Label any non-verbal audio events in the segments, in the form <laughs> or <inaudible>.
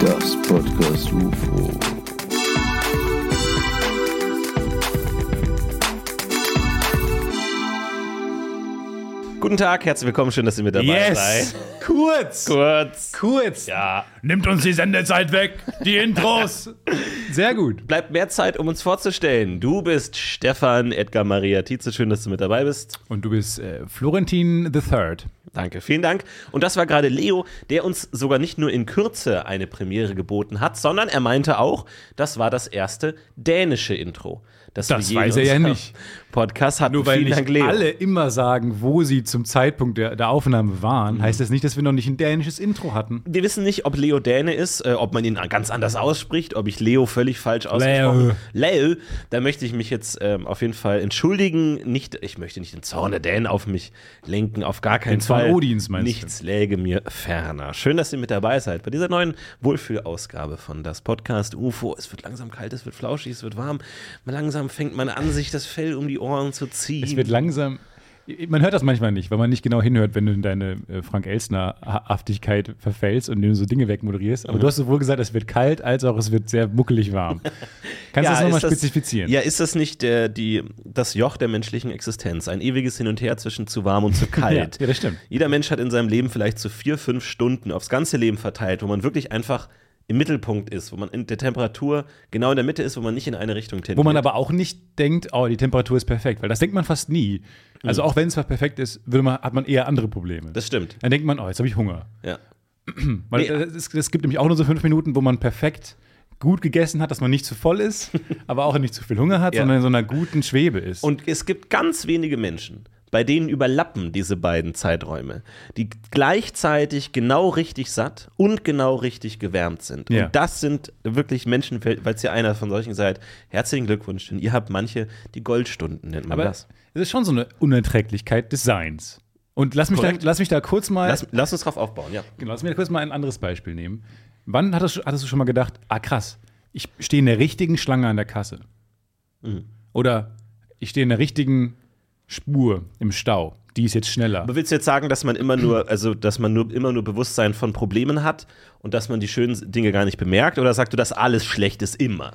Das Podcast UFO. Guten Tag, herzlich willkommen, schön, dass ihr mit dabei Yes! seid. Kurz! Kurz. Kurz! Ja. Nimmt uns die Sendezeit weg! Die Intros! <laughs> Sehr gut. Bleibt mehr Zeit, um uns vorzustellen. Du bist Stefan Edgar Maria Tietze, schön, dass du mit dabei bist. Und du bist äh, Florentin the Third. Danke, vielen Dank. Und das war gerade Leo, der uns sogar nicht nur in Kürze eine Premiere geboten hat, sondern er meinte auch, das war das erste dänische Intro. Das wir je in weiß er ja unserem nicht. Podcast hatten. Nur weil vielen nicht Dank, Leo. alle immer sagen, wo sie zum Zeitpunkt der, der Aufnahme waren, Mhm. heißt das nicht, dass wir noch nicht ein dänisches Intro hatten. Wir wissen nicht, ob Leo Däne ist, äh, ob man ihn ganz anders ausspricht, ob ich Leo völlig falsch ausgesprochen Leo. Leo, da möchte ich mich jetzt ähm, auf jeden Fall entschuldigen. Nicht, ich möchte nicht den Zorn der Dänen auf mich lenken, auf gar keinen Den Zorn Fall. Odins meinst du? Nichts läge mir ferner. Schön, dass ihr mit dabei seid bei dieser neuen Wohlfühlausgabe von das Podcast UFO. Es wird langsam kalt, es wird flauschig, es wird warm. Langsam fängt man an, sich das Fell um die Ohren zu ziehen. Es wird langsam. Man hört das manchmal nicht, weil man nicht genau hinhört, wenn du in deine äh, Frank Elsner-Haftigkeit verfällst und du so Dinge wegmoderierst. Mhm. Aber du hast sowohl gesagt, es wird kalt, als auch es wird sehr muckelig warm. <laughs> Kannst du das nochmal ist das- spezifizieren? Ja, ist das nicht der, die, das Joch der menschlichen Existenz? Ein ewiges Hin und Her zwischen zu warm <laughs> und zu kalt. Ja, ja, das stimmt. Jeder Mensch hat in seinem Leben vielleicht so vier, fünf Stunden aufs ganze Leben verteilt, wo man wirklich einfach im Mittelpunkt ist, wo man in der Temperatur genau in der Mitte ist, wo man nicht in eine Richtung tendiert. Wo man aber auch nicht denkt, oh, die Temperatur ist perfekt, weil das denkt man fast nie. Also auch wenn es mal perfekt ist, würde man, hat man eher andere Probleme. Mhm. das stimmt. Dann denkt man, oh, jetzt habe ich Hunger. Ja. Weil Nee. es, es gibt nämlich auch nur so fünf Minuten, wo man perfekt gut gegessen hat, dass man nicht zu voll ist, <laughs> aber auch nicht zu viel Hunger hat, Ja. sondern in so einer guten Schwebe ist. Und es gibt ganz wenige Menschen, bei denen überlappen diese beiden Zeiträume, die gleichzeitig genau richtig satt und genau richtig gewärmt sind. Ja. Und das sind wirklich Menschen, falls ihr einer von solchen seid, herzlichen Glückwunsch, denn ihr habt manche, die Goldstunden nennt man aber das. es ist schon so eine Unerträglichkeit des Seins. Und lass mich, da, Korrekt. lass mich da kurz mal Lass, lass uns drauf aufbauen, ja. Genau, lass mir kurz mal ein anderes Beispiel nehmen. Wann hattest, du- hattest du schon mal gedacht, ah krass, ich stehe in der richtigen Schlange an der Kasse? Mhm. Oder ich stehe in der richtigen Spur im Stau, die ist jetzt schneller. Aber willst du jetzt sagen, dass man immer nur, also dass man nur immer nur Bewusstsein von Problemen hat und dass man die schönen Dinge gar nicht bemerkt? Oder sagst du, dass alles schlecht ist immer?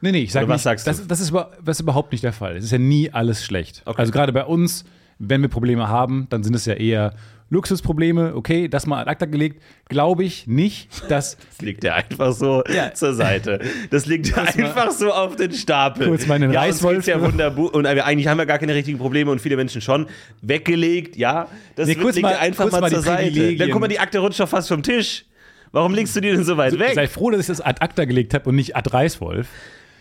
Nee, nee, ich sag Oder was nicht, sagst du? Das, das, ist, über- das ist überhaupt nicht der Fall. Es ist ja nie alles schlecht. Okay. Also gerade bei uns, wenn wir Probleme haben, dann sind es ja eher Luxusprobleme. Okay, das mal ad acta gelegt. Glaube ich nicht, dass Das liegt ja einfach so zur Seite. Das liegt ja einfach so auf den Stapel. Kurz mal in den ja, Reißwolf Uns geht's ja genommen. wunderbar. Und wir- eigentlich haben wir gar keine richtigen Probleme und viele Menschen schon. Weggelegt, ja. Das Nee, wird- kurz liegt mal- einfach kurz mal mal die zur Seite. Privilegien. Dann guck mal, die Akte rutscht doch fast vom Tisch. Warum legst du die denn so weit weg? Sei froh, dass ich das ad acta gelegt habe und nicht ad Reißwolf.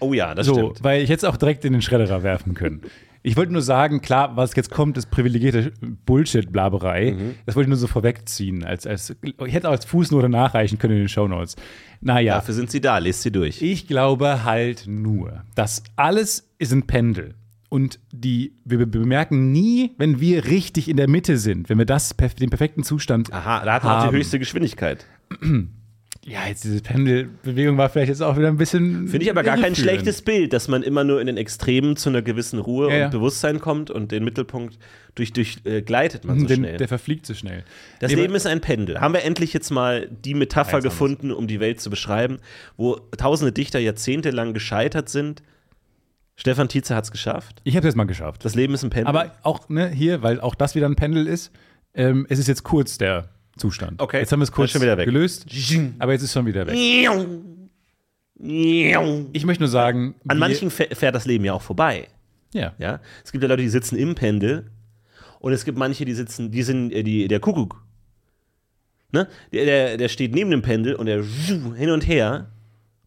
oh ja, das So, stimmt. weil ich jetzt auch direkt in den Schredderer werfen können. Ich wollte nur sagen, klar, was jetzt kommt, ist privilegierte Bullshit-Blaberei. Mhm. Das wollte ich nur so vorwegziehen. Als, als, ich hätte auch als Fußnote nachreichen können in den Shownotes. Naja, Dafür sind sie da, lest sie durch. ich glaube halt nur, dass alles ist ein Pendel. Und die, wir be- bemerken nie, wenn wir richtig in der Mitte sind, wenn wir das, perf- den perfekten Zustand Aha, da hat man auch haben. die höchste Geschwindigkeit. Ja, jetzt diese Pendelbewegung war vielleicht jetzt auch wieder ein bisschen. Finde ich aber gar kein irreführend. schlechtes Bild, dass man immer nur in den Extremen zu einer gewissen Ruhe Ja, ja. und Bewusstsein kommt und den Mittelpunkt durch, durch äh, gleitet man so Um Den, schnell. der verfliegt so schnell. Das Nee, aber- Leben ist ein Pendel. Haben wir endlich jetzt mal die Metapher Eins haben gefunden, um die Welt zu beschreiben, wo tausende Dichter jahrzehntelang gescheitert sind. Stefan Tietze hat es geschafft. Ich habe es jetzt mal geschafft. Das Leben ist ein Pendel. Aber auch ne, hier, weil auch das wieder ein Pendel ist, ähm, es ist jetzt kurz der Zustand. Okay. Jetzt haben wir es Dann kurz schon wieder weg. gelöst, aber jetzt ist schon wieder weg. Ich möchte nur sagen, an wir- manchen fäh- fährt das Leben ja auch vorbei. ja. Ja? Es gibt ja Leute, die sitzen im Pendel und es gibt manche, die sitzen, die sind äh, die, der Kuckuck. Ne? Der, der, der steht neben dem Pendel und der hin und her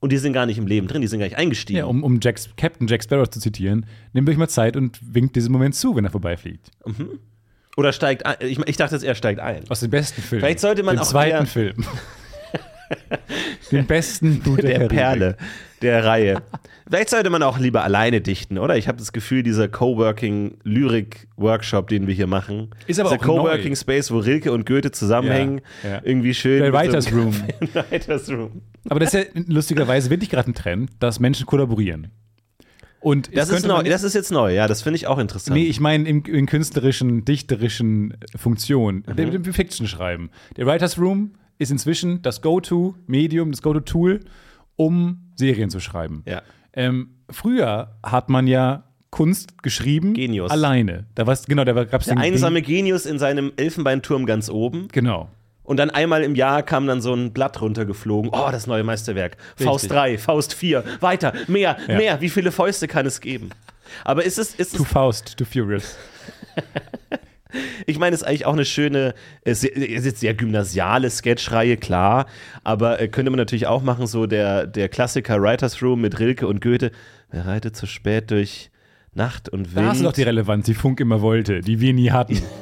und die sind gar nicht im Leben drin, die sind gar nicht eingestiegen. Ja, um, um Jack, Captain Jack Sparrow zu zitieren, nehmt euch mal Zeit und winkt diesem Moment zu, wenn er vorbeifliegt. Oder steigt ein. Ich, ich dachte, jetzt, er steigt ein. Aus dem besten Film. Vielleicht sollte man den auch eher- <laughs> zweiten Film. den besten Dude der Herr Perle der Reihe. Vielleicht sollte man auch lieber alleine dichten, oder? Ich habe das Gefühl, dieser Coworking-Lyrik-Workshop, den wir hier machen, Ist aber dieser auch neu. Coworking-Space, wo Rilke und Goethe zusammenhängen, Ja, ja. irgendwie schön. Der mit Writers <laughs> so einem- Room. Writers Room. Aber das ist ja lustigerweise wirklich gerade ein Trend, dass Menschen kollaborieren. Und es Das ist, könnte neu, man- das ist jetzt neu, ja, das finde ich auch interessant. Nee, ich meine in, äh, Mhm. in künstlerischen, dichterischen Funktionen, dem, dem Fiction schreiben. Der Writers Room ist inzwischen das Go-To-Medium, das Go-To-Tool, um Serien zu schreiben. Ja. Ähm, früher hat man ja Kunst geschrieben Genius. alleine. Da war's, genau, da gab es Der einsame Genius in seinem Elfenbeinturm ganz oben. Genau. Und dann einmal im Jahr kam dann so ein Blatt runtergeflogen. Oh, das neue Meisterwerk. Faust 3, Faust 4, weiter, mehr, Ja. mehr. Wie viele Fäuste kann es geben? Aber ist es, ist To es Faust, to Furious. ich meine, es ist eigentlich auch eine schöne, es ist jetzt sehr gymnasiale Sketchreihe, klar. Aber äh, könnte man natürlich auch machen, so der, der Klassiker Writers Room mit Rilke und Goethe. Wer reitet zu spät durch Nacht und Wind? Da hast du doch die Relevanz, die Funk immer wollte, die wir nie hatten. <laughs>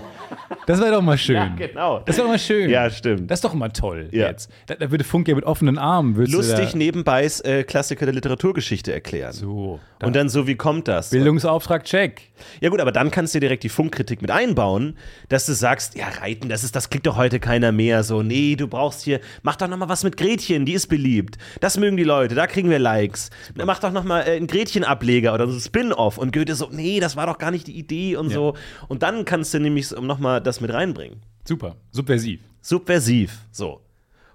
Das wäre doch mal schön. ja, genau. Das wäre doch mal schön. Ja, stimmt. Das ist doch mal toll Ja. jetzt. Da, da würde Funk ja mit offenen Armen. würdest du Lustig da, nebenbei äh, Klassiker der Literaturgeschichte erklären. So. Da. Und dann so, wie kommt das? Bildungsauftrag, check. Ja gut, aber dann kannst du direkt die Funkkritik mit einbauen, dass du sagst, ja, Reiten, das ist, das klickt doch heute keiner mehr. So, nee, du brauchst hier, mach doch nochmal was mit Gretchen, die ist beliebt. Das mögen die Leute, da kriegen wir Likes. Mach doch nochmal äh, einen Gretchen-Ableger oder so ein Spin-Off. Und Goethe so, nee, das war doch gar nicht die Idee und so. Und dann kannst du nämlich nochmal das mit reinbringen. Super. Subversiv. Subversiv, so.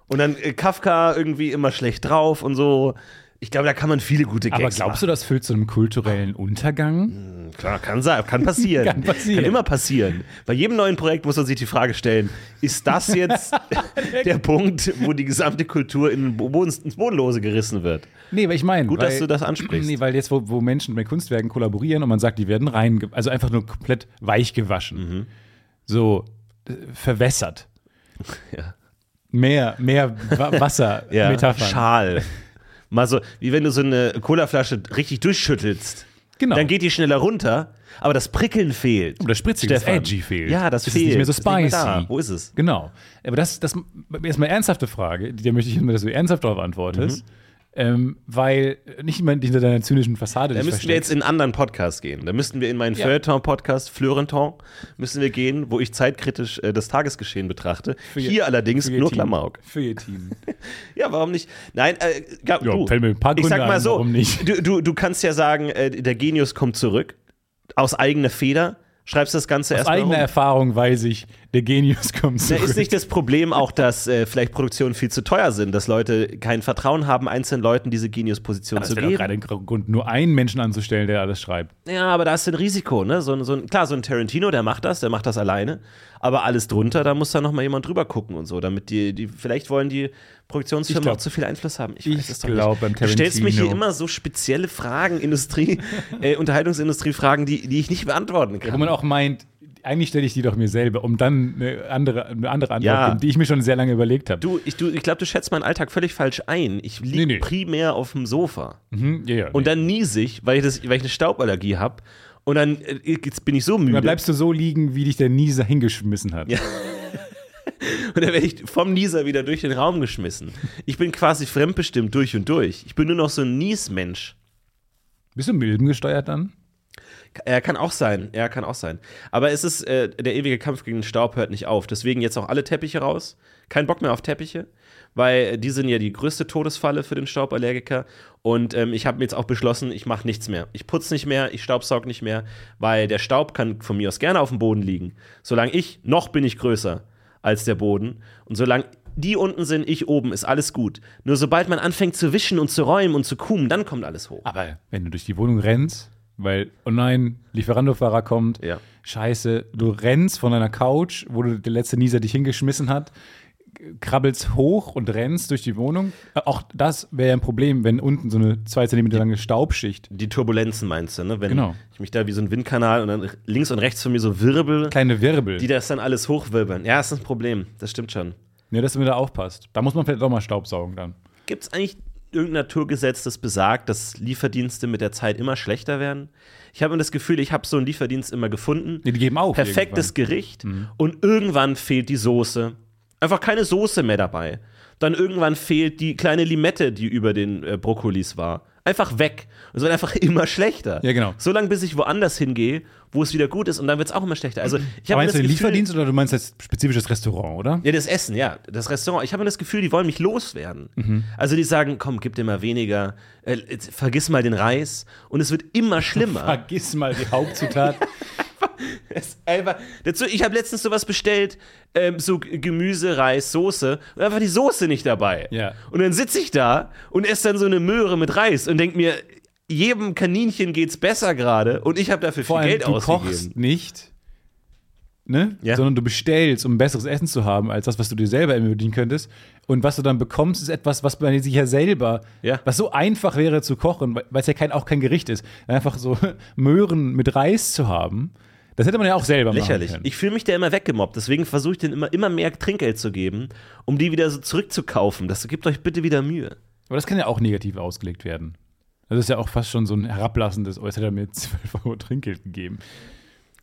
Und dann äh, Kafka irgendwie immer schlecht drauf und so. Ich glaube, da kann man viele gute Gags Aber glaubst du, das führt zu einem kulturellen Mhm. Untergang? Klar, kann sein, kann passieren. <laughs> Kann passieren. Kann immer passieren. Bei jedem neuen Projekt muss man sich die Frage stellen, ist das jetzt <laughs> der Punkt, wo die gesamte Kultur in den Boden, ins Bodenlose gerissen wird? Nee, weil ich meine. Gut, weil, dass du das ansprichst. Nee, weil jetzt, wo, wo Menschen mit Kunstwerken kollaborieren und man sagt, die werden rein, also einfach nur komplett weich gewaschen. Mhm. So äh, verwässert. Ja. Mehr, mehr <laughs> Wa- Wasser, Ja, Metaphern. Schal. Mal so, wie wenn du so eine Colaflasche richtig durchschüttelst. Genau. Dann geht die schneller runter, aber das Prickeln fehlt. Oder spritzig, das Stefan. Edgy fehlt. Ja, das ist fehlt. nicht mehr so Ist nicht mehr spicy. da. Wo ist es? Genau. Aber das, das ist mal eine ernsthafte Frage, die da möchte ich, dass du ernsthaft darauf antwortest. Mhm. Ähm, weil nicht immer hinter deiner zynischen Fassade Da dich müssten wir jetzt versteckst. in einen anderen Podcast gehen. Da müssten wir in meinen Ja. Feuilleton-Podcast, Fleurenton, müssen wir gehen, wo ich zeitkritisch äh, das Tagesgeschehen betrachte. ihr- Hier allerdings Für ihr nur Team. Klamauk. Für <laughs> ihr Team. Ja, warum nicht? Nein, äh, ja, Ja, du, fällt mir ein paar ich Gründe sag mal ein, so, warum nicht. Du, du, du kannst ja sagen, äh, der Genius kommt zurück, aus eigener Feder, schreibst das Ganze Aus erstmal eigener um. Erfahrung weiß ich, der Genius kommt Da zurück. ist nicht das Problem auch, dass äh, vielleicht Produktionen viel zu teuer sind, dass Leute kein Vertrauen haben, einzelnen Leuten diese Genius-Position das zu wäre doch geben. gerade ein Grund, nur einen Menschen anzustellen, der alles schreibt. Ja, aber da ist ein Risiko, ne? So, ein- so ein, klar, so ein Tarantino, der macht das, der macht das alleine. Aber alles drunter, da muss dann nochmal jemand drüber gucken und so, damit die, die vielleicht wollen die Produktionsfirmen Ich glaub- auch zu viel Einfluss haben. Ich, ich weiß es doch glaub, nicht. beim Du stellst mich hier Tarantino. immer so spezielle Fragen, <laughs> Industrie, äh, Unterhaltungsindustrie-Fragen, die, die ich nicht beantworten Wo kann. man auch meint, eigentlich stelle ich die doch mir selber, um dann eine andere, eine andere Antwort Ja. zu geben, die ich mir schon sehr lange überlegt habe. Du, ich, du, ich glaube, du schätzt meinen Alltag völlig falsch ein. Ich liege Nee, nee. primär auf dem Sofa. Mhm, ja, ja, Und dann niese ich, weil ich, das, weil ich eine Stauballergie habe. Und dann äh, jetzt bin ich so müde. Dann bleibst du so liegen, wie dich der Nieser hingeschmissen hat. Ja. Und dann werde ich vom Nieser wieder durch den Raum geschmissen. Ich bin quasi fremdbestimmt durch und durch. Ich bin nur noch so ein Niesmensch. Bist du milbengesteuert dann? Äh, Er kann auch sein, er kann auch sein. Aber es ist, äh, der ewige Kampf gegen den Staub hört nicht auf. Deswegen jetzt auch alle Teppiche raus. Kein Bock mehr auf Teppiche, weil äh, die sind ja die größte Todesfalle für den Stauballergiker. Und ähm, ich habe mir jetzt auch beschlossen, ich mache nichts mehr. Ich putze nicht mehr, ich staubsaug nicht mehr, weil der Staub kann von mir aus gerne auf dem Boden liegen. Solange ich, noch bin ich größer als der Boden. Und solange die unten sind, ich oben, ist alles gut. Nur sobald man anfängt zu wischen und zu räumen und zu kumen, dann kommt alles hoch. Aber wenn du durch die Wohnung rennst, weil, oh nein, Lieferando-Fahrer kommt, Ja. scheiße, du rennst von deiner Couch, wo du der letzte Nieser dich hingeschmissen hat, krabbelst hoch und rennst durch die Wohnung. Äh, Auch das wäre ja ein Problem, wenn unten so eine zwei Zentimeter lange Staubschicht, Die Turbulenzen meinst du, ne? Wenn Genau. ich mich da wie so ein Windkanal und dann links und rechts von mir so Wirbel, kleine Wirbel, die das dann alles hochwirbeln. Ja, ist ein Problem. Das stimmt schon. ne, dass du mir da aufpasst. Da muss man vielleicht auch mal Staubsaugen dann. Gibt es eigentlich irgendein Naturgesetz, das besagt, dass Lieferdienste mit der Zeit immer schlechter werden? Ich habe immer das Gefühl, ich habe so einen Lieferdienst immer gefunden. Nee, die geben auf. Perfektes Gericht Mhm. und irgendwann fehlt die Soße. Einfach keine Soße mehr dabei. Dann irgendwann fehlt die kleine Limette, die über den äh, Brokkolis war. Einfach weg. Es wird einfach <laughs> immer schlechter. Ja, genau. So lange, bis ich woanders hingehe, wo es wieder gut ist und dann wird es auch immer schlechter. Also, ich habe irgendwann. Mhm. Meinst das du den Gefühl- Lieferdienst oder du meinst das spezifisches Restaurant, oder? ja, das Essen, ja. Das Restaurant. Ich habe immer das Gefühl, die wollen mich loswerden. Mhm. Also die sagen, komm, gib dir mal weniger, äh, <laughs> jetzt vergiss mal den Reis und es wird immer schlimmer. Vergiss mal die Hauptzutat. Das ist einfach, dazu, ich habe letztens sowas bestellt, ähm, so G- Gemüse, Reis, Soße und einfach die Soße nicht dabei. Ja. Und dann sitze ich da und esse dann so eine Möhre mit Reis und denke mir, jedem Kaninchen geht's besser gerade und ich habe dafür Vor viel allem, Geld du ausgegeben. kochst nicht, ne? Ja. sondern du bestellst, um besseres Essen zu haben, als das, was du dir selber bedienen könntest. Und was du dann bekommst, ist etwas, was man sich ja selber, Ja. was so einfach wäre zu kochen, weil weil es ja kein, auch kein Gericht ist, einfach so <laughs> Möhren mit Reis zu haben. Das hätte man ja auch selber Lächerlich. machen können. Ich fühle mich da immer weggemobbt, deswegen versuche ich denen immer, immer mehr Trinkgeld zu geben, um die wieder so zurückzukaufen. Das gibt euch bitte wieder Mühe. Aber das kann ja auch negativ ausgelegt werden. Das ist ja auch fast schon so ein herablassendes, oh, jetzt <laughs> hätte er mir 12 Euro Trinkgeld gegeben.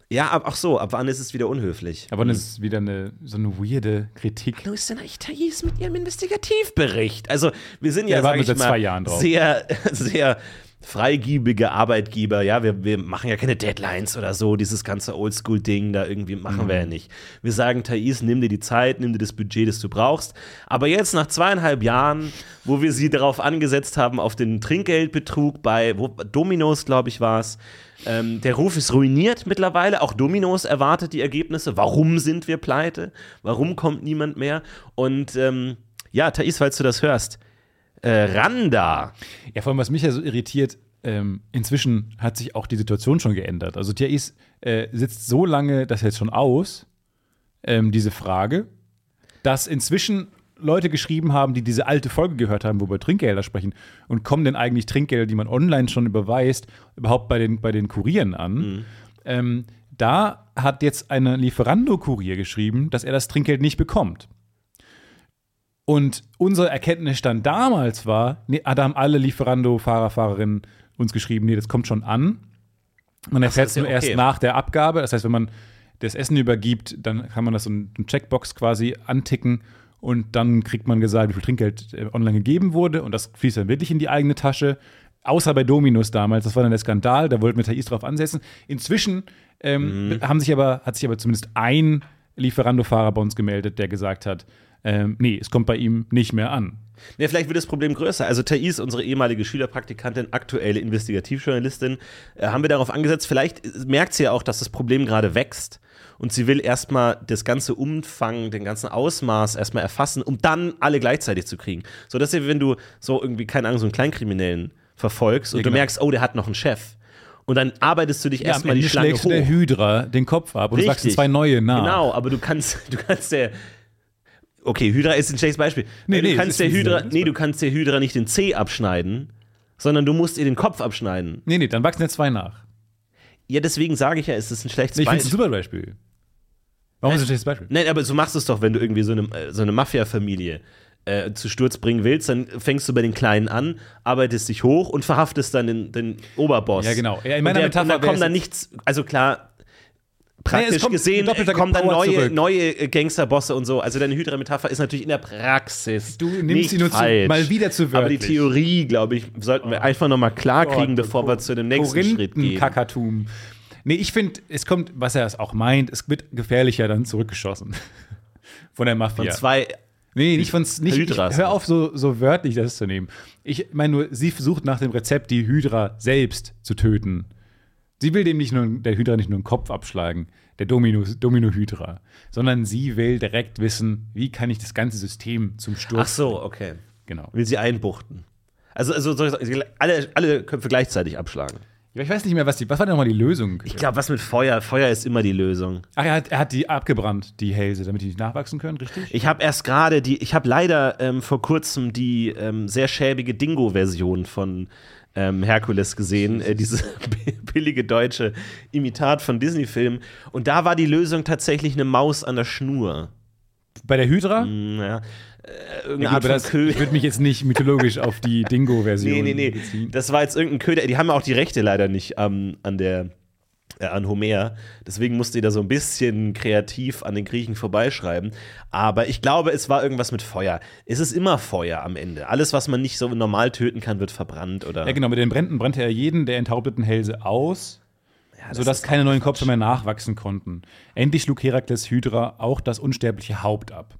Ja, ab, ach so, ab wann ist es wieder unhöflich? Aber das ist wieder eine, so eine weirde Kritik. Louis Senach Thais mit ihrem Investigativbericht. Also, wir sind ja, Ja, warten sag wir ich seit mal, zwei Jahren drauf. sehr, <laughs> sehr freigiebige Arbeitgeber. Ja, wir, wir machen ja keine Deadlines oder so. Dieses ganze Oldschool-Ding da irgendwie machen Mhm. wir ja nicht. Wir sagen, Thais, nimm dir die Zeit, nimm dir das Budget, das du brauchst. Aber jetzt nach zweieinhalb Jahren, wo wir sie darauf angesetzt haben, auf den Trinkgeldbetrug bei wo, Dominos, glaube ich, war es, ähm, der Ruf ist ruiniert mittlerweile. Auch Domino's erwartet die Ergebnisse. Warum sind wir pleite? Warum kommt niemand mehr? Und ähm, ja, Thais, falls du das hörst, äh, Randa. Ja, vor allem, was mich ja so irritiert, ähm, inzwischen hat sich auch die Situation schon geändert. Also Thais äh, sitzt so lange das jetzt schon aus, ähm, diese Frage, dass inzwischen Leute geschrieben haben, die diese alte Folge gehört haben, wo wir über Trinkgelder sprechen, und kommen denn eigentlich Trinkgelder, die man online schon überweist, überhaupt bei den, bei den Kurieren an? Ähm, da hat jetzt eine Lieferando-Kurier geschrieben, dass er das Trinkgeld nicht bekommt. Und unser Erkenntnisstand damals war, nee, ah, da haben alle Lieferando-Fahrer, Fahrerinnen uns geschrieben, nee, das kommt schon an. Man erfährt es ja nur erst okay. nach der Abgabe. Das heißt, wenn man das Essen übergibt, dann kann man das so in eine Checkbox quasi anticken und dann kriegt man gesagt, wie viel Trinkgeld äh, online gegeben wurde und das fließt dann wirklich in die eigene Tasche. Außer bei Dominus damals, das war dann der Skandal, da wollten wir Thais drauf ansetzen. Inzwischen ähm, Mhm. haben sich aber, hat sich aber zumindest ein Lieferando-Fahrer bei uns gemeldet, der gesagt hat, ähm, nee, es kommt bei ihm nicht mehr an. Ja, vielleicht wird das Problem größer. Also Thais, unsere ehemalige Schülerpraktikantin, aktuelle Investigativjournalistin, äh, haben wir darauf angesetzt, vielleicht äh, merkt sie ja auch, dass das Problem gerade wächst. Und sie will erstmal das ganze Umfang, den ganzen Ausmaß erstmal erfassen, um dann alle gleichzeitig zu kriegen. So dass ihr, wenn du so irgendwie, keine Ahnung, so einen Kleinkriminellen verfolgst und genau. du merkst, oh, der hat noch einen Chef. Und dann arbeitest du dich Ja, erstmal die Schlange schlägst du der hoch. Hydra den Kopf ab und sagst Richtig. zwei neue nach. Genau, aber du kannst, <laughs> du kannst der. Okay, Hydra ist ein schlechtes Beispiel. Nee, du nee, kannst es ist der ein Hydra, schlechtes nee, du kannst der Hydra nicht den C abschneiden, sondern du musst ihr den Kopf abschneiden. Nee, nee, dann wachsen ja zwei nach. Ja, deswegen sage ich ja, es ist ein schlechtes Nee, ich finde es ein Beispiel. super Beispiel. Warum ist das ein schlechtes Beispiel? Nein, aber so machst du es doch, wenn du irgendwie so eine, äh, so eine Mafia-Familie äh, zu Sturz bringen willst, dann fängst du bei den Kleinen an, arbeitest dich hoch und verhaftest dann den, den Oberboss. Ja, genau. Ja, in Und meiner der, Metapher und da wär's kommt dann jetzt- nichts, also klar, Naja, praktisch es kommt ein gesehen doppelter kommen dann Power neue, zurück. neue äh, Gangsterbosse und so. Also deine Hydra-Metapher ist natürlich in der Praxis. Du nimmst nicht sie nur zu- falsch. mal wieder zu Aber die wörtlich. Oh. Theorie, glaube ich, sollten wir einfach nochmal klar kriegen, bevor wir zu dem nächsten Schritt gehen. Korinthenkackertum. Nee, ich finde, es kommt, was er es auch meint, es wird gefährlicher dann zurückgeschossen. <laughs> Von der Mafia. Und zwei, nee, nicht von nicht, ich, Hydras. Hör auf, so, so wörtlich das zu nehmen. Ich meine nur, sie versucht nach dem Rezept die Hydra selbst zu töten. Sie will dem nicht nur, der Hydra nicht nur den Kopf abschlagen, der Domino, Domino Hydra, sondern sie will direkt wissen, wie kann ich das ganze System zum ach Sturz. so, okay. Genau. Will sie einbuchten. Also, also soll ich sagen, sie- alle, alle Köpfe gleichzeitig abschlagen. Ja, Ich weiß nicht mehr, was die, was war denn nochmal die Lösung? Ich glaube, was mit Feuer? Feuer ist immer die Lösung. Ach, er hat, er hat die abgebrannt, die Hälse, damit die nicht nachwachsen können, richtig? Ich habe erst gerade die, ich habe leider ähm, vor kurzem die ähm, sehr schäbige Dingo-Version von ähm, Herkules gesehen, äh, diese <laughs> bi- billige deutsche Imitat von Disney-Filmen. Und da war die Lösung tatsächlich eine Maus an der Schnur. Bei der Hydra? Naja, äh, irgendeine Gut, Art aber von das, ich Köder. würde mich jetzt nicht mythologisch <laughs> auf die Dingo-Version Nee, nee, nee. beziehen. Das war jetzt irgendein Köder. Die haben ja auch die Rechte leider nicht ähm, an der äh, an Homer. Deswegen musste ihr da so ein bisschen kreativ an den Griechen vorbeischreiben. Aber ich glaube, es war irgendwas mit Feuer. Es ist immer Feuer am Ende. Alles, was man nicht so normal töten kann, wird verbrannt oder. Ja, genau, mit den Bränden brannte er jeden der enthaupteten Hälse aus, sodass keine neuen Köpfe mehr nachwachsen konnten. Endlich schlug Herakles Hydra auch das unsterbliche Haupt ab.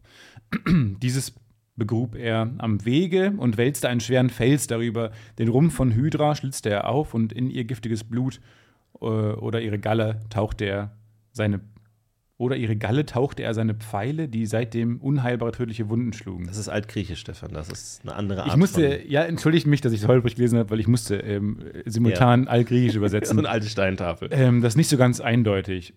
<clears throat> Dieses begrub er am Wege und wälzte einen schweren Fels darüber. Den Rumpf von Hydra schlitzte er auf und in ihr giftiges Blut äh, oder ihre Galle tauchte er Seine oder ihre Galle tauchte er seine Pfeile, die seitdem unheilbare tödliche Wunden schlugen. Das ist altgriechisch, Stefan. Das ist eine andere Art. Ich musste, ja, entschuldigt mich, dass ich es holprig gelesen habe, weil ich musste ähm, simultan altgriechisch von so <laughs> übersetzen. eine alte Steintafel. ähm, das ist nicht so ganz eindeutig.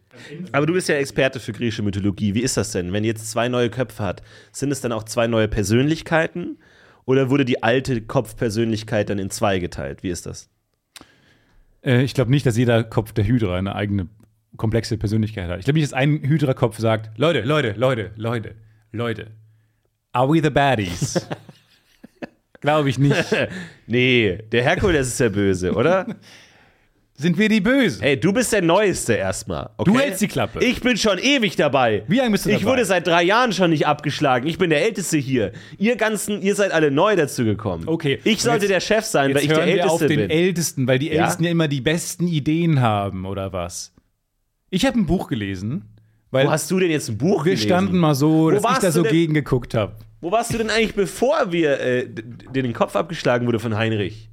Aber du bist ja Experte für griechische Mythologie. Wie ist das denn, wenn ihr jetzt zwei neue Köpfe hat? Sind es dann auch zwei neue Persönlichkeiten? Oder wurde die alte Kopfpersönlichkeit dann in zwei geteilt? Wie ist das? Äh, ich glaube nicht, dass jeder Kopf der Hydra eine eigene komplexe Persönlichkeit hat. Ich glaube nicht, dass ein Hydra-Kopf sagt: Leute, Leute, Leute, Leute, Leute, are we <laughs> the baddies? glaube ich nicht. Nee, der Herkules ist der Böse, <laughs> oder? Sind wir die Bösen? Hey, du bist der Neueste erstmal. Okay? Du hältst die Klappe. Ich bin schon ewig dabei. Wie lange bist du ich dabei? Ich wurde seit drei Jahren schon nicht abgeschlagen. Ich bin der Älteste hier. Ihr ganzen, ihr seid alle neu dazu gekommen. Okay. Und Ich sollte jetzt- der Chef sein, weil Jetzt ich der hören wir auf Älteste bin. den Ältesten, weil die Ja? Ältesten ja immer die besten Ideen haben, oder was? Ich habe ein Buch gelesen, weil Wo hast du denn jetzt ein Buch wir gelesen? standen mal so, dass ich warst da du so denn? gegengeguckt habe. Wo warst du denn eigentlich, bevor wir äh, d- dir den Kopf abgeschlagen wurde von Heinrich?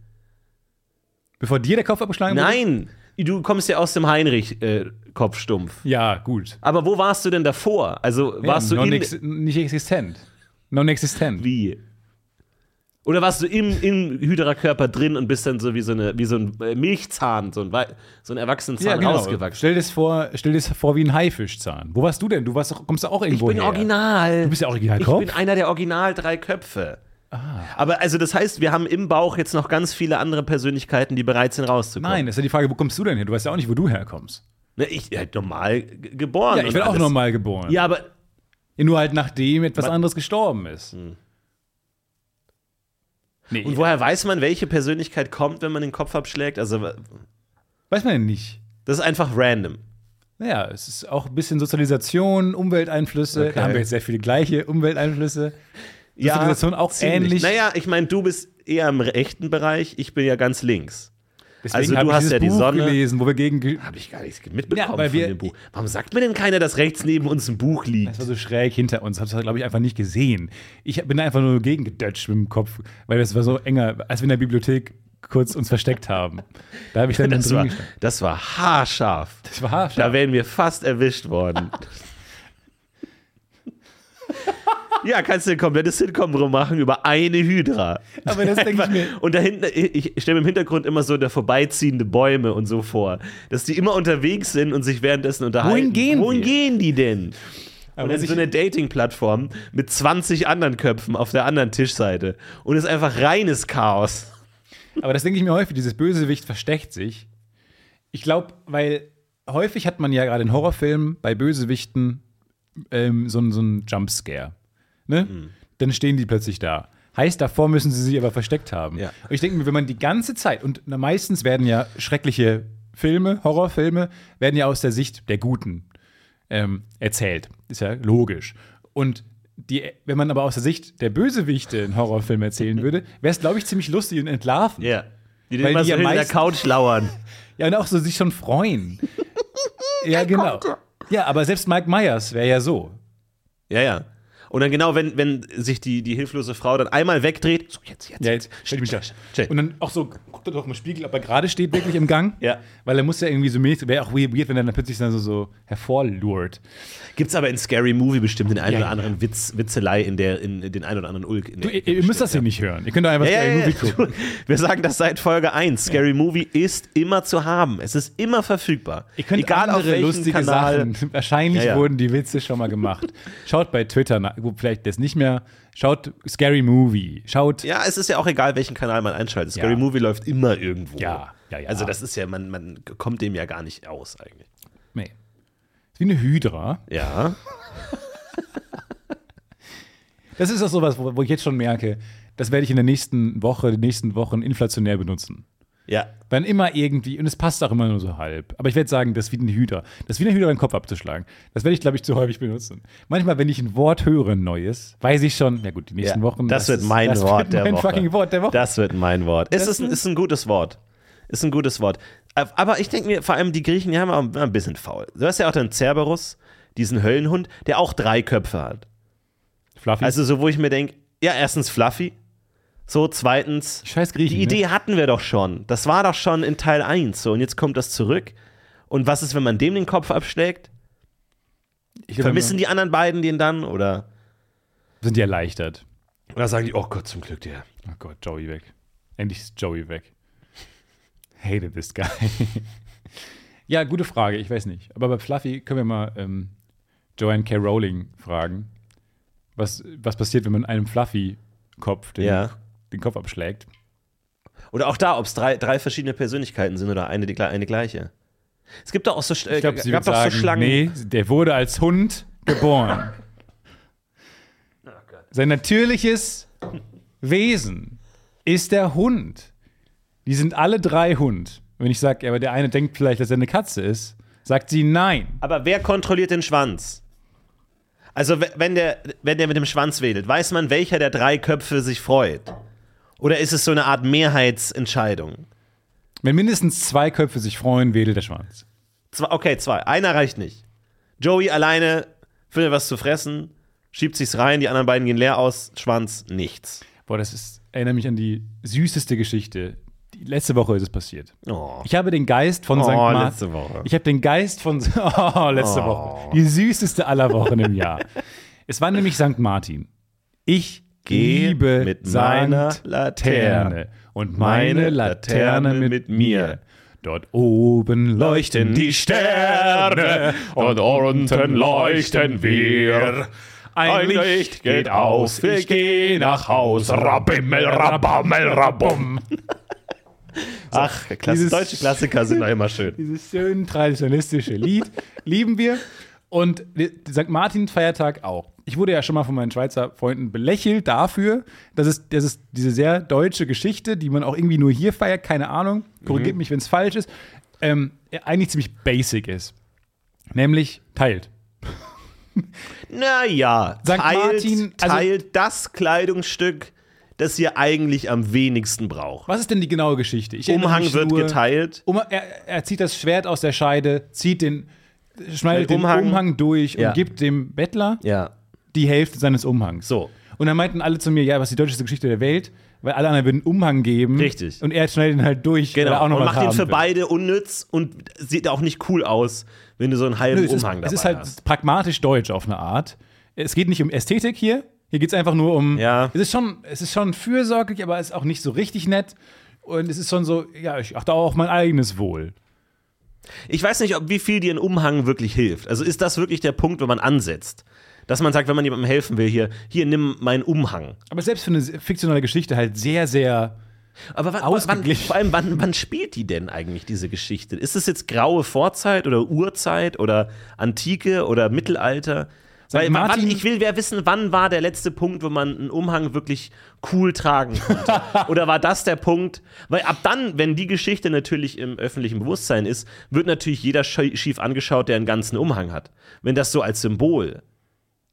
Bevor dir der Kopf abgeschlagen wurde? Nein, du kommst ja aus dem Heinrich-Kopfstumpf. Ja, gut. Aber wo warst du denn davor? Also warst ja, du in, non-ex- nicht existent. Non-existent. Wie? Oder warst du im, im Hydra-Körper drin und bist dann so wie so, eine, wie so ein äh, Milchzahn, so ein, Wei- so ein Erwachsenenzahn genau. ausgewachsen? Stell dir das vor, stell dir das vor wie ein Haifischzahn. Wo warst du denn? Du warst doch, kommst doch auch irgendwo Ich bin her. original. Du bist der Ah. Ich Originalkopf? bin einer der original drei Köpfe. Aber also das heißt, wir haben im Bauch jetzt noch ganz viele andere Persönlichkeiten, die bereit sind rauszukommen. Nein, das ist ja die Frage, wo kommst du denn her? Du weißt ja auch nicht, wo du herkommst. Ne, ich halt normal g- geboren. Ja, ich und bin auch alles. normal geboren. Ja, aber Nur halt nachdem etwas anderes gestorben ist. Hm. Nee, und woher weiß man, welche Persönlichkeit kommt, wenn man den Kopf abschlägt? Also weiß man ja nicht. das ist einfach random. Naja, es ist auch ein bisschen Sozialisation, Umwelteinflüsse. Okay. Da haben wir jetzt sehr viele gleiche Umwelteinflüsse. Ja, Sozialisation auch ziemlich. ähnlich. Naja, ich meine, du bist eher im rechten Bereich, ich bin ja ganz links. Deswegen also du habe ich hast dieses ja die Buch Sonne. gelesen, wo wir gegen. ge- Habe ich gar nichts mitbekommen Ja, weil wir- von dem Buch. Warum sagt mir denn keiner, dass rechts neben uns ein Buch liegt? Das war so schräg hinter uns. Hab's, glaube ich, einfach nicht gesehen. Ich bin da einfach nur gegen gedutscht mit dem Kopf, weil das war so enger, als wir in der Bibliothek kurz uns versteckt haben. Da habe ich dann Das drin war, gestanden. das war haarscharf. Das war haarscharf. Da wären wir fast erwischt <laughs> worden. ja, kannst du ein komplettes Sitcom drum machen über eine Hydra. Aber das denke ich mir. Und da hinten, ich stelle mir im Hintergrund immer so da vorbeiziehende Bäume und so vor, dass die immer unterwegs sind und sich währenddessen unterhalten. gehen Wohin wir? gehen die denn? Aber und was dann so ich- eine Dating-Plattform mit 20 anderen Köpfen auf der anderen Tischseite. Und es ist einfach reines Chaos. Aber das denke ich mir häufig, dieses Bösewicht versteckt sich. Ich glaube, weil häufig hat man ja gerade in Horrorfilmen bei Bösewichten ähm, so, einen- so einen Jumpscare. Ne? Dann stehen die plötzlich da. Heißt, davor müssen sie sich aber versteckt haben. Ja. Und ich denke mir, wenn man die ganze Zeit, und na, meistens werden ja schreckliche Filme, Horrorfilme, werden ja aus der Sicht der Guten ähm, erzählt. Ist ja logisch. Und die, wenn man aber aus der Sicht der Bösewichte einen Horrorfilm erzählen würde, wäre es, glaube ich, ziemlich lustig und entlarvend. Ja. Die Weil dann immer die so ja hinter der meistens- Couch lauern. Ja, und auch so sich schon <laughs> freuen. ja, genau. Ja, aber selbst Mike Myers wäre ja so. Ja, ja. Und dann genau, wenn, wenn sich die, die hilflose Frau dann einmal wegdreht, so jetzt, jetzt. Ja, jetzt stell dich mich da. Chill. Und dann auch so, guckt er doch im Spiegel, ob er gerade steht wirklich im Gang. Ja. Weil er muss <laughs> ja irgendwie so mäßig, wäre auch weird, wenn er dann plötzlich dann so, so hervorlurt. Gibt's aber in Scary Movie bestimmt den einen Ja, oder ja. anderen Witz, Witzelei in der, in, den einen oder anderen Ulk. In Du, der ihr, Ecke ihr müsst bestimmt, das hier nicht hören. Ihr könnt da einfach Ja, Scary ja, ja. Movie gucken. <laughs> Wir sagen das seit Folge 1. Scary Movie ist immer zu haben. Es ist immer verfügbar. Ihr könnt Egal auf andere welchen lustige Kanal. Sachen. Wahrscheinlich Ja, ja. wurden die Witze schon mal gemacht. Schaut bei Twitter nach, gut, vielleicht das nicht mehr. Schaut Scary Movie. Schaut. Ja, es ist ja auch egal, welchen Kanal man einschaltet. Scary Ja. Movie läuft immer irgendwo. Ja, ja, ja. Also das ist ja, man, man kommt dem ja gar nicht aus eigentlich. Nee. Ist wie eine Hydra. Ja. Das ist auch sowas, wo, wo ich jetzt schon merke, das werde ich in der nächsten Woche, den nächsten Wochen inflationär benutzen. Ja. Wann immer irgendwie, und es passt auch immer nur so halb. Aber ich werde sagen, das ist wie eine Hydra. Das ist wie eine Hydra, den Kopf abzuschlagen. Das werde ich, glaube ich, zu häufig benutzen. Manchmal, wenn ich ein Wort höre, ein neues, weiß ich schon, na gut, die nächsten ja. Wochen. Das, wird ist- mein das Wort wird der mein Woche. fucking Wort der Woche. Das wird mein Wort. Es Das ist ein, ist ein gutes Wort. Ist ein gutes Wort. Aber ich denke mir, vor allem die Griechen, die haben auch ein bisschen faul. Du hast ja auch den Cerberus, diesen Höllenhund, der auch drei Köpfe hat. Fluffy. Also so, wo ich mir denke, ja, erstens Fluffy. So, zweitens, Scheiß Griechen. die Idee Ne? hatten wir doch schon. Das war doch schon in Teil 1. So, und jetzt kommt das zurück. Und was ist, wenn man dem den Kopf abschlägt? Ich glaub, Vermissen die anderen beiden den dann? Oder, sind die erleichtert. oder sagen die, oh Gott, zum Glück der. Oh Gott, Joey weg. Endlich ist Joey weg. Hated this guy. <laughs> ja, gute Frage, ich weiß nicht. Aber bei Fluffy können wir mal ähm, Joanne K. Rowling fragen, was, was passiert, wenn man einem Fluffy-Kopf den, Ja. den Kopf abschlägt. Oder auch da, ob es drei, drei verschiedene Persönlichkeiten sind oder eine, die, gle- eine gleiche. Es gibt doch auch so, Sch- äh, Ich glaube, sie gab wird doch so sagen, Schlangen. nee, der wurde als Hund geboren. Sein natürliches Wesen ist der Hund. Die sind alle drei Hund. Wenn ich sage, aber der eine denkt vielleicht, dass er eine Katze ist, sagt sie nein. Aber wer kontrolliert den Schwanz? Also, we- wenn der, wenn der mit dem Schwanz wedelt, weiß man, welcher der drei Köpfe sich freut? Oder ist es so eine Art Mehrheitsentscheidung? Wenn mindestens zwei Köpfe sich freuen, wedelt der Schwanz. Zwei, okay, zwei. Einer reicht nicht. Joey alleine findet was zu fressen, schiebt sich's rein, die anderen beiden gehen leer aus, Schwanz, nichts. Boah, das ist, erinnert mich an die süßeste Geschichte. Die, letzte Woche ist es passiert. Oh. Ich habe den Geist von Oh, St. letzte Martin. Woche. Ich habe den Geist von. <laughs> Oh, letzte Woche. Die süßeste aller Wochen im Jahr. Es war nämlich St. Martin. Ich Geh liebe mit St. meiner Laterne und meine meine Laterne Laterne mit mit mir. Dort oben leuchten die Sterne und unten leuchten wir. Ein Licht geht aus, ich gehe nach Haus. Rabimmel, rabammel, rabum. Ach, Klasse, dieses- deutsche Klassiker sind doch immer schön. Dieses schön traditionalistische Lied lieben wir. Und der St. Martin-Feiertag auch. Ich wurde ja schon mal von meinen Schweizer Freunden belächelt dafür, dass es, dass es diese sehr deutsche Geschichte, die man auch irgendwie nur hier feiert, keine Ahnung, Mhm. korrigiert mich, wenn es falsch ist, ähm, eigentlich ziemlich basic ist. Nämlich teilt. Naja, St. teilt, Martin, also- teilt das Kleidungsstück, das ihr eigentlich am wenigsten braucht. Was ist denn die genaue Geschichte? Ich erinnere Umhang mich wird nur- geteilt. Um, er, er zieht das Schwert aus der Scheide, zieht den, schneidet Den den Umhang, Umhang. durch Ja. und gibt dem Bettler Ja. die Hälfte seines Umhangs. So. Und dann meinten alle zu mir, ja, was ist die deutscheste Geschichte der Welt, weil alle anderen würden einen Umhang geben. Richtig. Und er schneidet ihn halt durch. weil er Genau. Auch noch und was macht ihn haben für will. beide unnütz und sieht auch nicht cool aus, wenn du so einen halben Nö, es ist, Umhang es dabei ist halt hast. pragmatisch deutsch auf eine Art. Es geht nicht um Ästhetik hier. Hier geht es einfach nur um. Ja. Es ist, schon, es ist schon fürsorglich, aber es ist auch nicht so richtig nett. Und es ist schon so, ja, ich achte auch auf mein eigenes Wohl. Ich weiß nicht, ob wie viel dir ein Umhang wirklich hilft. Also ist das wirklich der Punkt, wenn man ansetzt? Dass man sagt, wenn man jemandem helfen will, hier, hier nimm meinen Umhang. Aber selbst für eine fiktionale Geschichte halt sehr, sehr. Aber wann, wann, Ausgeglichen. vor allem, wann, wann spielt die denn eigentlich diese Geschichte? Ist es jetzt graue Vorzeit oder Urzeit oder Antike oder Mittelalter? Weil, Martin- wann, ich will ja wissen, wann war der letzte Punkt, wo man einen Umhang wirklich cool tragen <laughs> konnte? oder war das der Punkt? Weil ab dann, wenn die Geschichte natürlich im öffentlichen Bewusstsein ist, wird natürlich jeder schie- schief angeschaut, der einen ganzen Umhang hat. Wenn das so als Symbol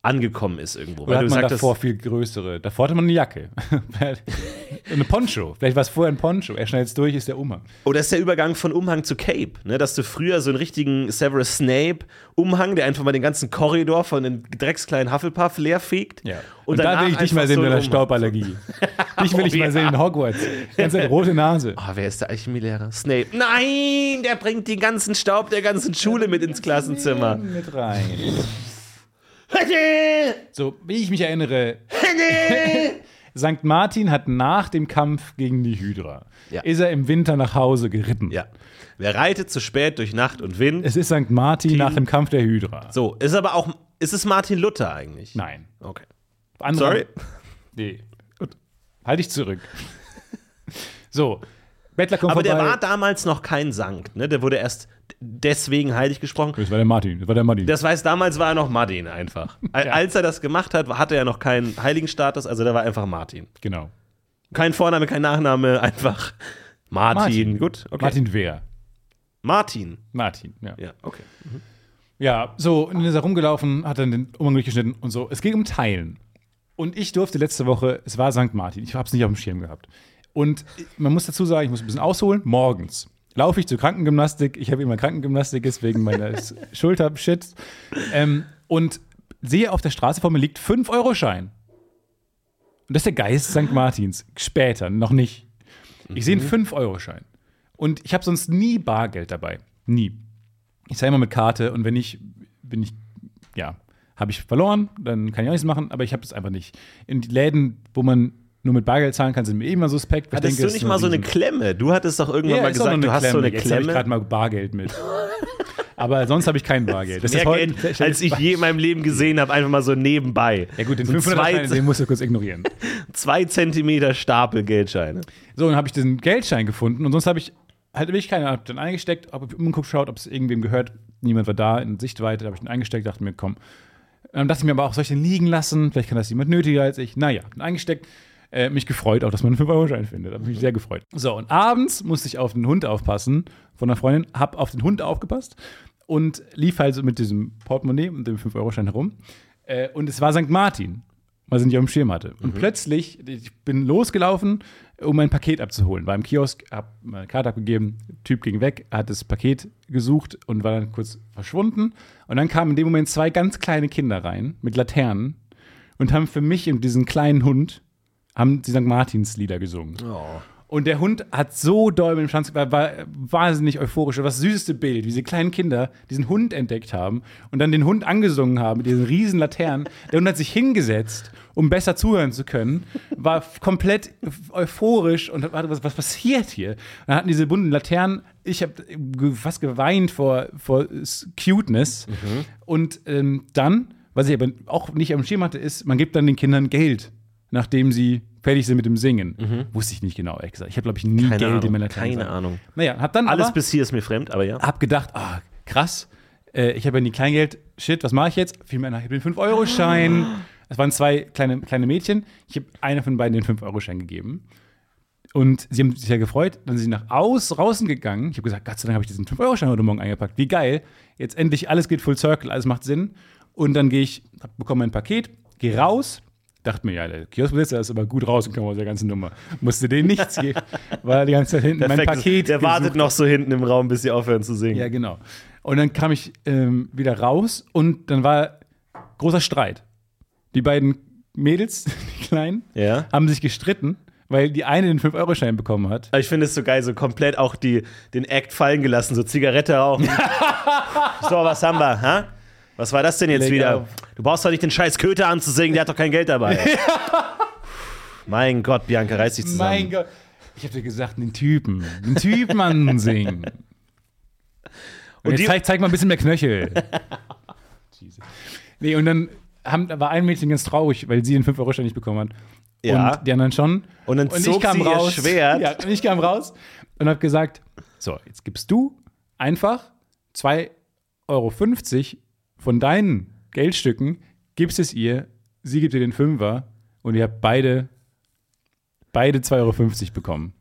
angekommen ist irgendwo. Oder Weil hat du man sagtest, davor viel größere? Davor hatte man eine Jacke. <laughs> eine Poncho. Vielleicht war es vorher ein Poncho. Er schneidet es durch, ist der Umhang. Oder ist der Übergang von Umhang zu Cape, ne? dass du früher so einen richtigen Severus Snape Umhang, der einfach mal den ganzen Korridor von den dreckskleinen Hufflepuff leer fegt. Ja. Und, Und, da danach will ich dich einfach mal sehen so mit einen einer Umhang. <laughs> Stauballergie. dich will ich Oh, mal ja. sehen in Hogwarts. Ganz eine rote Nase. Ah, wer ist der Alchemielehrer? Snape. Nein, der bringt den ganzen Staub der ganzen Schule mit ins Klassenzimmer. Mit rein. So, wie ich mich erinnere, St. Martin hat nach dem Kampf gegen die Hydra, Ja. ist er im Winter nach Hause geritten. ja. Wer reitet zu spät durch Nacht und Wind? Es ist St. Martin nach dem Kampf der Hydra. So, ist aber auch, ist es Martin Luther eigentlich? Nein. Okay. Andere- Sorry. Nee. Gut. Halt dich <laughs> zurück. so. Bettler kommt Aber vorbei. der war damals noch kein Sankt, ne? Der wurde erst deswegen heilig gesprochen. das war der Martin. Das war der Martin. Das weiß, damals war er noch Martin einfach. A- Als er das gemacht hat, hatte er noch keinen Heiligenstatus, also da war einfach Martin. genau. Kein Vorname, kein Nachname, einfach Martin. Gut, okay. Martin. Martin wer? Martin, ja. Ja, okay. Ja, so, und dann ist er rumgelaufen, hat dann den Umhang durchgeschnitten und so. Es ging um Teilen. Und ich durfte letzte Woche, es war St. Martin, ich habe es nicht auf dem Schirm gehabt. Und man muss dazu sagen, ich muss ein bisschen ausholen. Morgens laufe ich zur Krankengymnastik. Ich habe immer Krankengymnastik, ist wegen meines Schultershits. Ähm, und sehe auf der Straße vor mir liegt 5-Euro-Schein. Und das ist der Geist St. Martins. Später, noch nicht. Ich sehe Mhm. einen 5-Euro-Schein. Und ich habe sonst nie Bargeld dabei. Nie. Ich zahle immer mit Karte und wenn nicht, bin ich ja, habe ich verloren, dann kann ich auch nichts machen, aber ich habe es einfach nicht. In die Läden, wo man nur mit Bargeld zahlen kann, sind mir eh immer suspekt. weil ich Hattest denke, du es ist nicht nur mal so eine Riesen- Klemme? Du hattest doch irgendwann Ja, mal ist auch noch gesagt, du hast so eine Jetzt habe ich Klemme. gerade mal Bargeld mit. Aber sonst habe ich kein Bargeld. Das mehr ist heute, Geld, als ich je in meinem Leben gesehen habe, einfach mal so nebenbei. Ja gut, den so 500 zwei, Schein, den musst du kurz ignorieren. zwei Zentimeter Stapel Geldscheine. So, dann habe ich diesen Geldschein gefunden und sonst habe ich halt wirklich keine Ahnung, hab den eingesteckt, habe umgeguckt, schaut, ob es irgendwem gehört. Niemand war da in Sichtweite, da habe ich den eingesteckt, dachte mir, komm. Dann dachte ich mir aber auch, soll ich den liegen lassen? Vielleicht kann das jemand nötiger als ich. Naja, hab den eingesteckt. Äh, mich gefreut auch, dass man einen 5-Euro-Schein findet. Habe mich sehr gefreut. So, und abends musste ich auf den Hund aufpassen von einer Freundin, habe auf den Hund aufgepasst und lief halt so mit diesem Portemonnaie und dem 5-Euro-Schein herum. Äh, und es war St. Martin, was ich nicht auf dem Schirm hatte. Und plötzlich, ich bin losgelaufen, um mein Paket abzuholen. War im Kiosk, hab meine Karte abgegeben, Typ ging weg, hat das Paket gesucht und war dann kurz verschwunden. Und dann kamen in dem Moment zwei ganz kleine Kinder rein mit Laternen und haben für mich und diesen kleinen Hund haben die St. Martins Lieder gesungen. Und der Hund hat so doll mit dem Schwanz, war, war wahnsinnig euphorisch. Und Das süßeste Bild, wie diese kleinen Kinder diesen Hund entdeckt haben und dann den Hund angesungen haben mit diesen riesen Laternen. Der Hund hat sich hingesetzt, um besser zuhören zu können, war f- komplett euphorisch und hat, warte, was, was passiert hier? Dann hatten diese bunten Laternen, ich habe fast geweint vor, vor S- Cuteness. Und ähm, dann, was ich aber auch nicht am Schirm hatte, ist, man gibt dann den Kindern Geld, nachdem sie fertig sind mit dem Singen. Wusste ich nicht genau, ehrlich gesagt. Ich habe, glaube ich, nie Mhm. Keine Geld in Ahnung, meiner Laternen keine gesammelt. Ahnung. Naja, hab dann Alles aber, bis hier ist mir fremd, aber ja. hab gedacht, ah, krass, äh, ich habe ja nie Kleingeld, shit, was mache ich jetzt? Fiel mir ein, ich hab den 5-Euro-Schein. Es waren zwei kleine, kleine Mädchen. Ich habe einer von beiden den 5-Euro-Schein gegeben. Und sie haben sich ja gefreut. Dann sind sie nach aus, draußen gegangen. Ich habe gesagt, Gott sei Dank habe ich diesen 5-Euro-Schein heute Morgen eingepackt. Wie geil. Jetzt endlich alles geht full circle, alles macht Sinn. Und dann gehe ich, hab- bekomme mein Paket, gehe raus. Dachte mir, ja, der Kioskbesitzer ist aber gut rausgekommen aus der ganzen Nummer. Musste denen nichts geben, <laughs> weil er die ganze Zeit hinten mein Perfekt. Paket Der gesucht wartet noch so hinten im Raum, bis sie aufhören zu singen. ja, genau. Und dann kam ich ähm, wieder raus und dann war großer Streit. Die beiden Mädels, <laughs> die Kleinen, Ja. haben sich gestritten, weil die eine den 5-Euro-Schein bekommen hat. Aber ich finde es so geil, so komplett auch die, den Act fallen gelassen, so Zigarette <laughs> rauchen. so, was haben wir, ha? Was war das denn jetzt Leg wieder? auf. Du brauchst doch nicht den scheiß Köter anzusingen, der hat doch kein Geld <laughs> dabei. mein Gott, Bianca, reiß dich zusammen. Mein Gott. Ich hab dir gesagt, den Typen. Den Typen <laughs> ansingen. Und, die- jetzt zeig, zeig mal ein bisschen <laughs> mehr Knöchel. Jesus. nee, und dann haben, da war ein Mädchen ganz traurig, weil sie den 5-Euro-Schein nicht bekommen hat. Ja. Und die anderen schon. Und dann zog sie ihr Schwert. Ja, und ich kam raus und habe gesagt: So, jetzt gibst du einfach 2,50 Euro von deinen Geldstücken, gibst es ihr, sie gibt dir den Fünfer und ihr habt beide, beide 2,50 Euro bekommen.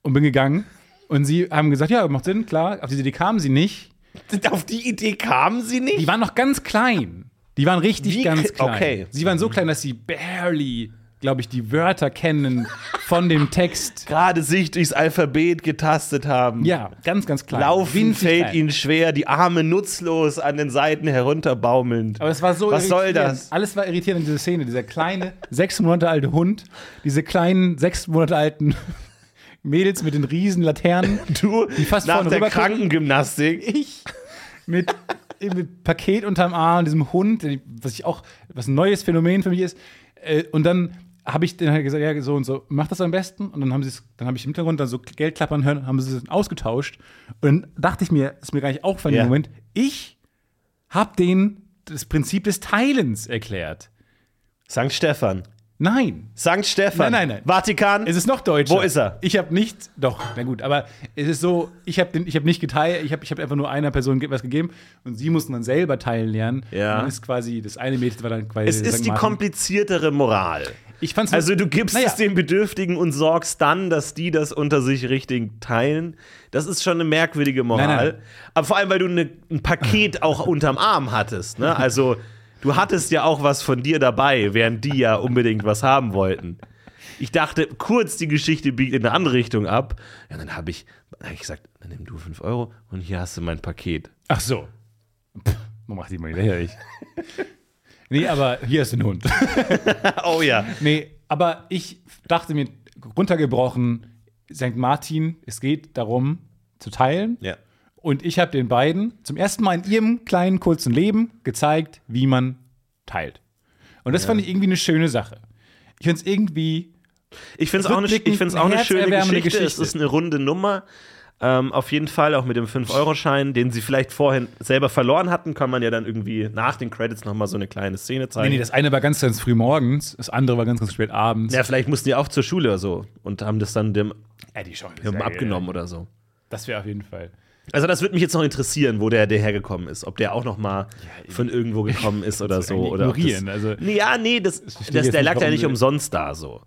Und bin gegangen und sie haben gesagt: Ja, macht Sinn, klar. Auf diese Idee kamen sie nicht. Auf die Idee kamen sie Die nicht? waren noch ganz klein. Die waren richtig Wie ganz kle- klein. okay. Sie waren so klein, dass sie barely, glaube ich, die Wörter kennen von dem Text. Gerade sich durchs Alphabet getastet haben. Ja, ganz, ganz klein. Laufen Winzig fällt klein. ihnen schwer, die Arme nutzlos an den Seiten herunterbaumelnd. Aber es war so Was soll irritierend. das? Alles war irritierend in dieser Szene. Dieser kleine, sechs Monate alte Hund, diese kleinen, sechs Monate alten <laughs> Mädels mit den riesen Laternen. Du, fast nach vorne der rübergucken. Krankengymnastik. ich mit, mit Paket unterm Arm, diesem Hund, den ich- was ich auch, was ein neues Phänomen für mich ist. Äh, Und dann habe ich denen halt gesagt, ja, so und so, mach das am besten. Und dann haben sie es, dann habe ich im Hintergrund dann so Geld klappern hören, haben sie es ausgetauscht. Und dann dachte ich mir, ist mir gar nicht aufgefallen Ja. im Moment, ich habe denen das Prinzip des Teilens erklärt. St. Stefan. Nein. St. Stefan. Nein, nein, nein. Vatikan. Es ist noch deutscher. Wo ist er? Ich habe nicht, doch, na gut, aber es ist so, ich habe hab nicht geteilt, ich habe ich hab einfach nur einer Person ge- was gegeben und sie mussten dann selber teilen lernen. Ja. Und Dann ist quasi, das eine Mädchen war dann quasi. Es ist die kompliziertere Moral. Ich fand's Also du gibst naja, es den Bedürftigen und sorgst dann, dass die das unter sich richtig teilen. Das ist schon eine merkwürdige Moral. Nein, nein. Aber vor allem, weil du ne, ein <laughs> Paket auch unterm Arm hattest. Ne? Also du hattest ja auch was von dir dabei, während die ja unbedingt was haben wollten. Ich dachte kurz, die Geschichte biegt in eine andere Richtung ab. Ja, dann habe ich, hab ich gesagt, dann nimm du 5 Euro und hier hast du mein Paket. Ach so. Pff, man macht die mal <laughs> lächerlich. nee, aber hier ist ein Hund. Oh ja. Nee, aber ich dachte mir, runtergebrochen, St. Martin, es geht darum, zu teilen. Ja. Und ich habe den beiden zum ersten Mal in ihrem kleinen, kurzen Leben gezeigt, wie man teilt. Und das fand ich irgendwie eine schöne Sache. Ich finde es irgendwie Ich finde es auch, eine- Rückblickend ich find's auch eine schöne herzerwärmende Geschichte. Es Geschichte. ist eine runde Nummer. Ähm, auf jeden Fall auch mit dem 5-Euro-Schein, den sie vielleicht vorhin selber verloren hatten, kann man ja dann irgendwie nach den Credits nochmal so eine kleine Szene zeigen. Nee, nee, das eine war ganz, ganz früh morgens, das andere war ganz, ganz spät abends. ja, vielleicht mussten die auch zur Schule oder so und haben das dann dem Ja, die Chance ist dem ja- abgenommen oder so. Das wäre auf jeden Fall. Also das würde mich jetzt noch interessieren, wo der, der hergekommen ist. Ob der auch noch mal von irgendwo <laughs> gekommen ist oder so. eigentlich Oder ob ignorieren, Das, also- nee, ja, nee, das, verstehe das, jetzt der nicht, lag ja warum nicht du- umsonst da so.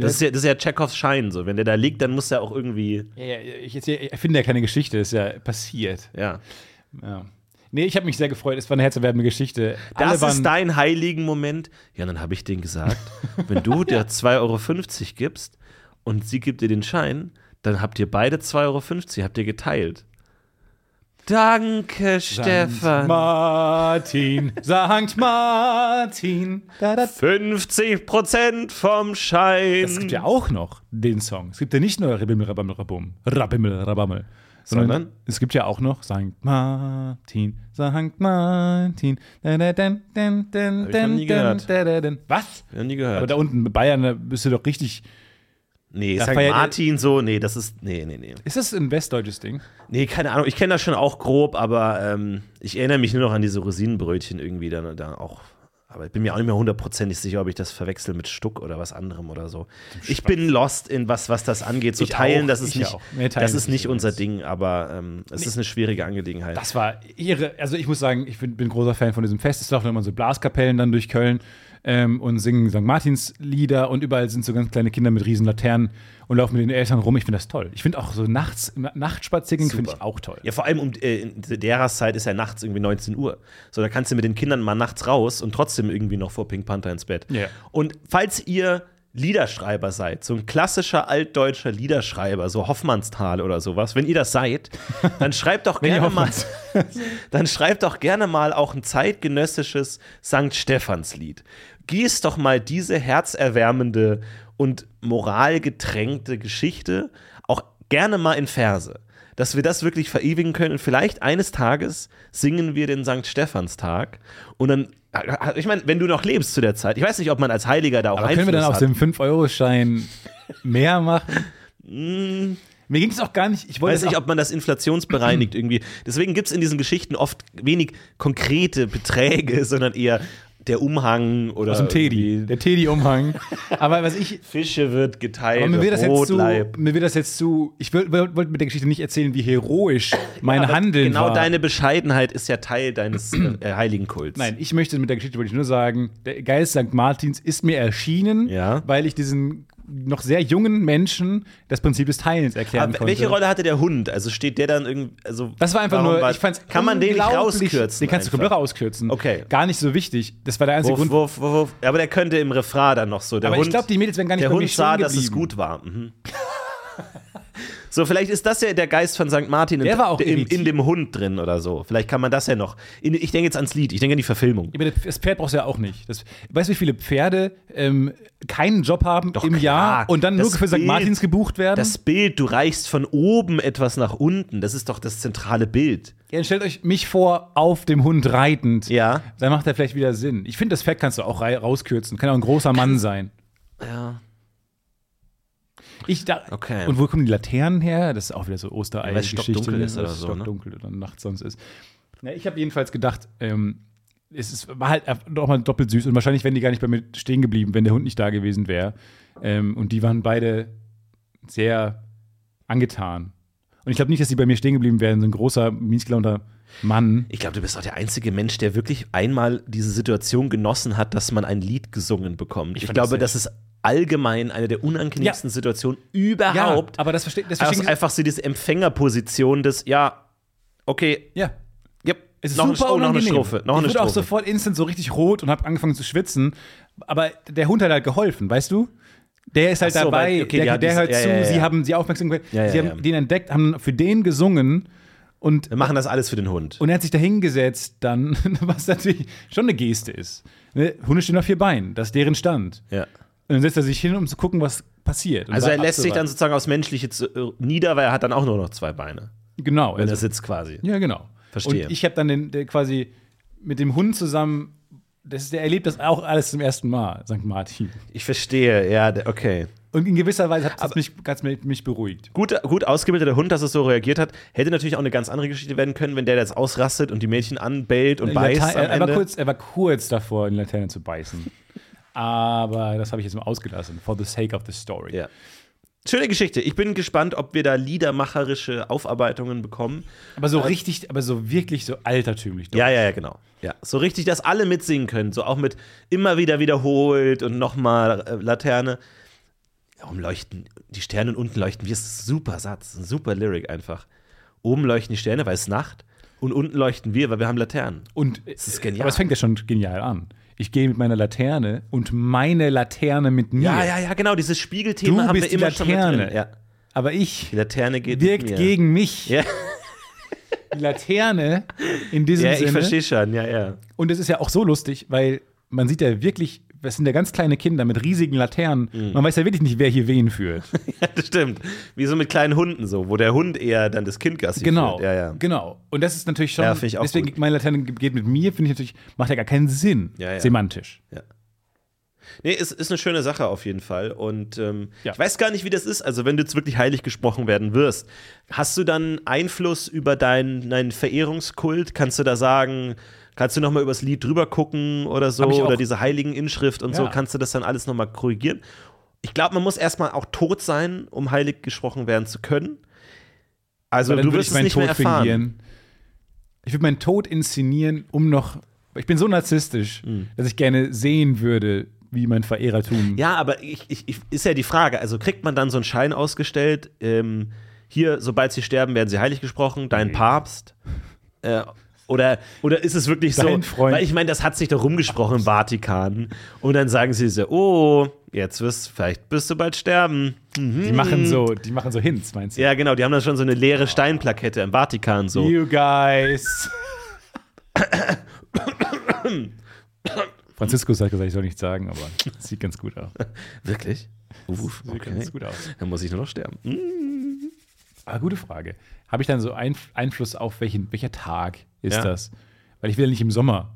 Das ist ja, das ist ja Tschechows Schein so. Wenn der da liegt, dann muss der auch irgendwie, Ja, ja, ich, jetzt- ich finde ja keine Geschichte, ist ja passiert. ja. Ja. Nee, ich habe mich sehr gefreut, es war eine herzerwärmende Geschichte. Alle Das waren, ist dein heiligen Moment. Ja, dann habe ich denen <laughs> gesagt, wenn du dir 2,50 Euro gibst und sie gibt dir den Schein, dann habt ihr beide 2,50 Euro, habt ihr geteilt. Danke, Stefan. Martin, Sankt Martin. Da, da. 50% vom Schein. Es gibt ja auch noch den Song. Es gibt ja nicht nur Rabimmel, Rabammel, Rabum, Rabimmel, Rabammel. Sondern, Sondern? es gibt ja auch noch Sankt Martin, Sankt Martin. Da, da, da, da, da, ich da, noch nie da, gehört. da, da, da. Was? Hab nie Aber gehört. da unten bei Bayern da bist du doch richtig. nee, da St. feiert- Martin so, nee, das ist, nee, nee, nee. Ist das ein westdeutsches Ding? Nee, keine Ahnung, ich kenne das schon auch grob, aber ähm, ich erinnere mich nur noch an diese Rosinenbrötchen irgendwie dann, dann auch. Aber ich bin mir auch nicht mehr hundertprozentig sicher, ob ich das verwechsel mit Stuck oder was anderem oder so. Ich bin lost in was, was das angeht. So Ich teilen, auch, das ist ich nicht, auch. Nee, teilen das ist ist nicht nicht unser meins. Ding, aber ähm, es ist eine schwierige Angelegenheit. Das war ihre, also ich muss sagen, ich bin, bin großer Fan von diesem Fest. Es laufen immer so Blaskapellen dann durch Köln ähm, und singen St. Martins Lieder und überall sind so ganz kleine Kinder mit riesen Laternen und laufen mit den Eltern rum. Ich finde das toll. Ich finde auch so nachts, Nachtspaziergänge finde ich Super. auch toll. ja, vor allem um äh, in derer Zeit ist ja nachts irgendwie 19 Uhr. So, da kannst du mit den Kindern mal nachts raus und trotzdem irgendwie noch vor Pink Panther ins Bett. Ja. Und falls ihr Liederschreiber seid, so ein klassischer altdeutscher Liederschreiber, so Hoffmannsthal oder sowas, wenn ihr das <laughs> seid, dann schreibt doch ihr gerne mal, Hoffmanns- dann schreibt doch gerne mal auch ein zeitgenössisches St. Stephanslied. Gieß doch mal diese herzerwärmende und moralgetränkte Geschichte auch gerne mal in Verse, dass wir das wirklich verewigen können. Und vielleicht eines Tages singen wir den St. Stephanstag und dann, ich meine, wenn du noch lebst zu der Zeit, ich weiß nicht, ob man als Heiliger da auch Aber können wir dann Einfluss auf hat. dem 5-Euro-Schein mehr machen? Mir ging es auch gar nicht. Ich wollte Mm. weiß es nicht, auch- ob man das <clears throat> inflationsbereinigt irgendwie. Deswegen gibt es in diesen Geschichten oft wenig konkrete Beträge, <laughs> sondern eher der Umhang oder aus dem Teddy, irgendwie der Teddy-Umhang. Aber was ich, Fische wird geteilt, Aber mir wird das jetzt zu, Brotleib. mir wird das jetzt zu, ich will- will- wollte mit der Geschichte nicht erzählen, wie heroisch mein Aber Handeln genau war. deine Bescheidenheit ist ja Teil deines <clears throat> äh, heiligen Kults. Nein, ich möchte mit der Geschichte wollte ich nur sagen, der Geist St. Martins ist mir erschienen, Ja. weil ich diesen noch sehr jungen Menschen das Prinzip des Teilens erklären Aber konnte. welche Rolle hatte der Hund? Also steht der dann irgendwie. Also Das war einfach warum nur, war- ich fand's Kann man den nicht unglaublich- rauskürzen? Den kannst du komplett einfach? rauskürzen. Okay. Gar nicht so wichtig. Das war der einzige Wuff, Grund. wuff, wuff, wuff. Aber der könnte im Refrain dann noch so. Der Aber Hund, ich glaube, die Mädels wären gar nicht Der bei mir Hund sah, stehen dass es geblieben. gut war. Mhm. So, vielleicht ist das ja der Geist von St. Martin in, Der war auch in, in irritiert. dem Hund drin oder so. Vielleicht kann man das ja noch. In, ich denke jetzt ans Lied, ich denke an die Verfilmung. Aber Das Pferd brauchst du ja auch nicht. Das, weißt du, wie viele Pferde ähm, keinen Job haben im klar. Jahr und dann nur Das für St. Bild- Martins gebucht werden? Das Bild, du reichst von oben etwas nach unten, das ist doch das zentrale Bild. Ja, dann stellt euch mich vor, auf dem Hund reitend. Ja. Dann macht er vielleicht wieder Sinn. Ich finde, das Pferd kannst du auch rei- rauskürzen. Kann auch ein großer Mann sein. Ja. Ich da Okay. Und wo kommen die Laternen her? Das ist auch wieder so Osterei. Ja, weil es stockdunkel ist oder so, ne? Stockdunkel oder nachts sonst ist. Na, ich habe jedenfalls gedacht, ähm, es ist, war halt nochmal doppelt süß. Und wahrscheinlich wären die gar nicht bei mir stehen geblieben, wenn der Hund nicht da gewesen wäre. Ähm, und die waren beide sehr angetan. Und ich glaube nicht, dass die bei mir stehen geblieben wären. So ein großer, miesgelaunter Mann. Ich glaube, du bist auch der einzige Mensch, der wirklich einmal diese Situation genossen hat, dass man ein Lied gesungen bekommt. Ich, fand das glaube, sehr das ist allgemein eine der unangenehmsten Situationen überhaupt. aber das versteht das Also verstehen einfach so diese Empfängerposition des, ja, okay, Ja. yep, Es ist noch, eine, super oh, noch eine unangenehm. Strophe, noch eine ich wurde auch Strophe. sofort instant so richtig rot und habe angefangen zu schwitzen. Aber der Hund hat halt geholfen, weißt du? Der ist halt Ach so, dabei, weil- okay, die der, hat der diese- hört ja, zu, ja, ja. sie haben sie aufmerksam gemacht, Ja, ja, sie haben ja. den entdeckt, haben für den gesungen und, Wir machen das alles für den Hund. und er hat sich dahingesetzt dann, <laughs> was natürlich schon eine Geste ist. Ne? Hunde stehen auf vier Beinen, das ist deren Stand. ja. Und dann setzt er sich hin, um zu gucken, was passiert. Und Also da er lässt sich dann abzuwarten. sozusagen aufs Menschliche zu, äh, nieder, weil er hat dann auch nur noch zwei Beine. Genau. wenn also- er sitzt quasi. Ja, genau. Verstehe. Und ich habe dann den, der quasi mit dem Hund zusammen, das ist, der erlebt das auch alles zum ersten Mal, St. Martin. Ich verstehe, ja, d- okay. Und in gewisser Weise hat es mich, hat's mich, mich beruhigt. Gut, gut ausgebildeter Hund, dass es so reagiert hat, hätte natürlich auch eine ganz andere Geschichte werden können, wenn der jetzt ausrastet und die Mädchen anbellt und beißt. Latein- am er, war Ende. äh, kurz, er war kurz davor, in die Laterne zu beißen. Aber das habe ich jetzt mal ausgelassen, for the sake of the story. Ja. Schöne Geschichte. Ich bin gespannt, ob wir da liedermacherische Aufarbeitungen bekommen. Aber so richtig, aber so wirklich so altertümlich. Ja, ja, ja, genau. Ja, so richtig, dass alle mitsingen können. So auch mit immer wieder wiederholt und nochmal äh, Laterne. Warum leuchten die Sterne und unten leuchten? Wie ist das? Super Satz, ein super Lyric einfach. Oben leuchten die Sterne, weil es Nacht und unten leuchten wir, weil wir haben Laternen. Und Das ist genial. Aber es fängt ja schon genial an. Ich gehe mit meiner Laterne und meine Laterne mit mir. Ja, ja, ja, genau. Dieses Spiegelthema Du haben bist wir immer die schon mit Laterne. drin. Ja. Aber ich Die Laterne geht wirkt mit mir. gegen mich. <laughs> Ja, Die Laterne in diesem ja ich Sinne. verstehe schon. Ja, ja. <laughs> Und es ist ja auch so lustig, weil man sieht ja wirklich, das sind ja ganz kleine Kinder mit riesigen Laternen. Mhm. Man weiß ja wirklich nicht, wer hier wen führt. Ja, das stimmt. Wie so mit kleinen Hunden so, wo der Hund eher dann das Kind Gassi genau. führt. Ja, ja. Genau. Und das ist natürlich schon. Ja, finde ich auch deswegen, gut. meine Laterne geht mit mir, finde ich natürlich, macht ja gar keinen Sinn. Ja, ja. Semantisch. Nee, ist, ist eine schöne Sache auf jeden Fall. Und ähm, Ja. ich weiß gar nicht, wie das ist. Also, wenn du jetzt wirklich heilig gesprochen werden wirst, hast du dann Einfluss über deinen, deinen Verehrungskult? Kannst du da sagen, kannst du nochmal übers Lied drüber gucken oder so? Hab ich auch. Oder diese heiligen Inschrift und so? Ja. Kannst du das dann alles nochmal korrigieren? Ich glaube, man muss erstmal auch tot sein, um heilig gesprochen werden zu können. Also, Weil dann du würde wirst ich es meinen nicht mehr Tod erfahren. fingieren. Ich würde meinen Tod inszenieren, um noch. Ich bin so narzisstisch, dass ich gerne sehen würde, wie mein Verehrertum. Mhm. Ja, aber ich, ich, ich, ist ja die Frage, also kriegt man dann so einen Schein ausgestellt, ähm, hier, sobald sie sterben, werden sie heilig gesprochen, dein Papst? Äh, oder, oder ist es wirklich Dein so, Freund. weil ich meine, das hat sich doch rumgesprochen im Vatikan. Und dann sagen sie so, oh, jetzt wirst, vielleicht wirst du bald sterben. Die machen so, Mhm. die machen so Hints, meinst du? Ja, genau, die haben dann schon so eine leere Steinplakette im Vatikan so. You guys. Franziskus hat gesagt, ich soll nichts sagen, aber <laughs> es sieht ganz gut aus. Wirklich? Uff, Sieht okay. ganz gut aus. Dann muss ich nur noch sterben. Hm? Aber gute Frage. Habe ich dann so Einf Einfluss auf welchen, welcher Tag ist Ja. das? Weil ich will ja nicht im Sommer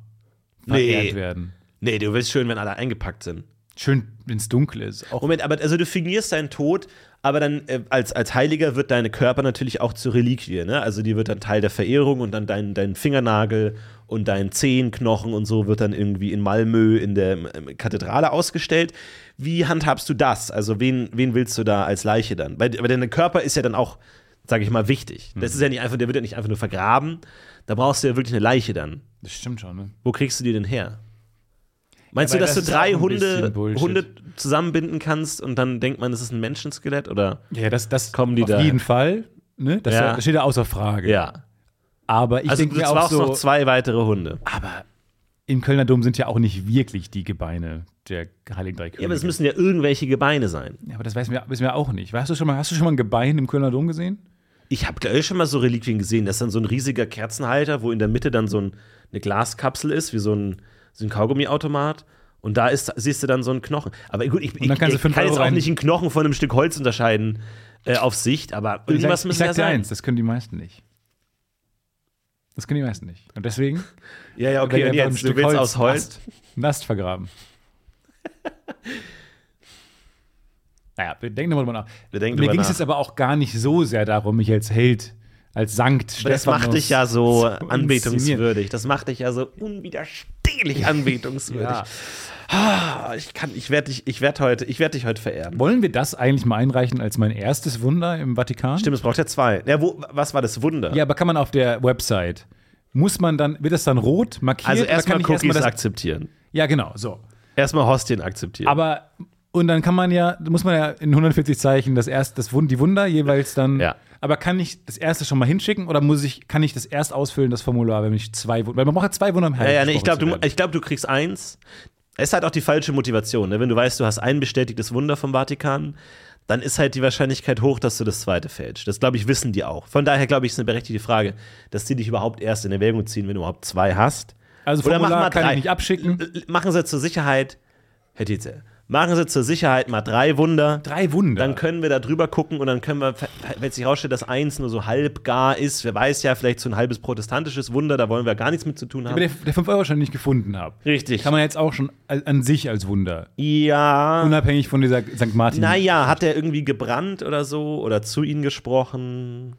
verehrt werden. Nee, du willst schön, wenn alle eingepackt sind. Schön, wenn es dunkel ist. Auch Moment, aber also du fingierst deinen Tod, aber dann äh, als, als Heiliger wird deine Körper natürlich auch zur Reliquie, ne? Also die wird dann Teil der Verehrung und dann dein, dein Fingernagel und dein Zehenknochen und so wird dann irgendwie in Malmö in der ähm, Kathedrale ausgestellt. Wie handhabst du das? Also wen, wen willst du da als Leiche dann? Weil, weil dein Körper ist ja dann auch, sage ich mal, wichtig. Das ist ja nicht einfach, der wird ja nicht einfach nur vergraben. Da brauchst du ja wirklich eine Leiche dann. das stimmt schon, ne? Wo kriegst du die denn her? Meinst Ja, du, weil dass das du ist drei auch ein Hunde, bisschen Bullshit. Hunde zusammenbinden kannst und dann denkt man, es ist ein Menschenskelett? Oder? Ja, das, das Kommen die auf da- jeden Fall. Ne? Das, Ja. das steht ja außer Frage. Ja. Aber ich Also, denke du mir auch brauchst so, noch zwei weitere Hunde. aber im Kölner Dom sind ja auch nicht wirklich die Gebeine der Heiligen Drei Könige. Ja, aber es müssen ja irgendwelche Gebeine sein. Ja, aber das wissen wir, wissen wir auch nicht. Hast du, schon mal, hast du schon mal ein Gebein im Kölner Dom gesehen? Ich habe gleich schon mal so Reliquien gesehen. Das ist dann so ein riesiger Kerzenhalter, wo in der Mitte dann so ein, eine Glaskapsel ist, wie so ein, so ein Kaugummiautomat. Und da ist, siehst du dann so einen Knochen. Aber gut, ich, ich, dann kannst du ich fünf kann jetzt Euro auch rein- nicht einen Knochen von einem Stück Holz unterscheiden äh, auf Sicht, aber irgendwas ich müssen sag, ja ich sag dir sein. eins, das können die meisten nicht. Das können die meisten nicht. Und deswegen Ja, ja, okay, werden und einfach ein jetzt, du Stück willst aus Holz. Nast, Nast <laughs> vergraben. naja, wir denken nochmal drüber nach. Wir denken Mir drüber ging es nach. jetzt aber auch gar nicht so sehr darum, mich als Held, als Sankt Aber das macht Stephanus dich ja so zu inszenieren. anbetungswürdig. Das macht dich ja so unwiderstehlich anbetungswürdig. Ja. Ah, ich kann, ich werde dich, ich werde heute, ich werde dich heute verehren. Wollen wir das eigentlich mal einreichen als mein erstes Wunder im Vatikan? Stimmt, es braucht ja zwei. Ja, wo, was war das Wunder? Ja, aber kann man auf der Website, muss man dann, wird das dann rot markiert? also oder erstmal kann ich Cookies erstmal das, akzeptieren. Ja, genau, so. Erstmal Hostien akzeptieren. Aber, und dann kann man ja, muss man ja in 140 Zeichen das erst, das Wund, die Wunder jeweils dann. Ja. Aber kann ich das erste schon mal hinschicken oder muss ich, kann ich das erst ausfüllen, das Formular, wenn ich zwei Wunder, weil man braucht ja zwei Wunder im ja, Heiligen ja, nee, ich gesprochen glaube, zu du, werden. ich glaub, du kriegst eins. Es hat auch die falsche Motivation. Ne? Wenn du weißt, du hast ein bestätigtes Wunder vom Vatikan, dann ist halt die Wahrscheinlichkeit hoch, dass du das zweite fälschst. Das, glaube ich, wissen die auch. Von daher, glaube ich, ist eine berechtigte Frage, dass die dich überhaupt erst in Erwägung ziehen, wenn du überhaupt zwei hast. Also Oder mach Formular mal kann drei. ich nicht abschicken. L- Machen Sie zur Sicherheit, Herr Tietze, Machen Sie zur Sicherheit mal drei Wunder. Drei Wunder. Dann können wir da drüber gucken und dann können wir, wenn sich herausstellt, dass eins nur so halb gar ist, wer weiß ja, vielleicht so ein halbes protestantisches Wunder, da wollen wir gar nichts mit zu tun Aber der, haben. der 5-Euro-Schein, den ich gefunden habe, Richtig. kann man jetzt auch schon al- an sich als Wunder, Ja. unabhängig von dieser St. Martin. Naja, hat er irgendwie gebrannt oder so oder zu ihnen gesprochen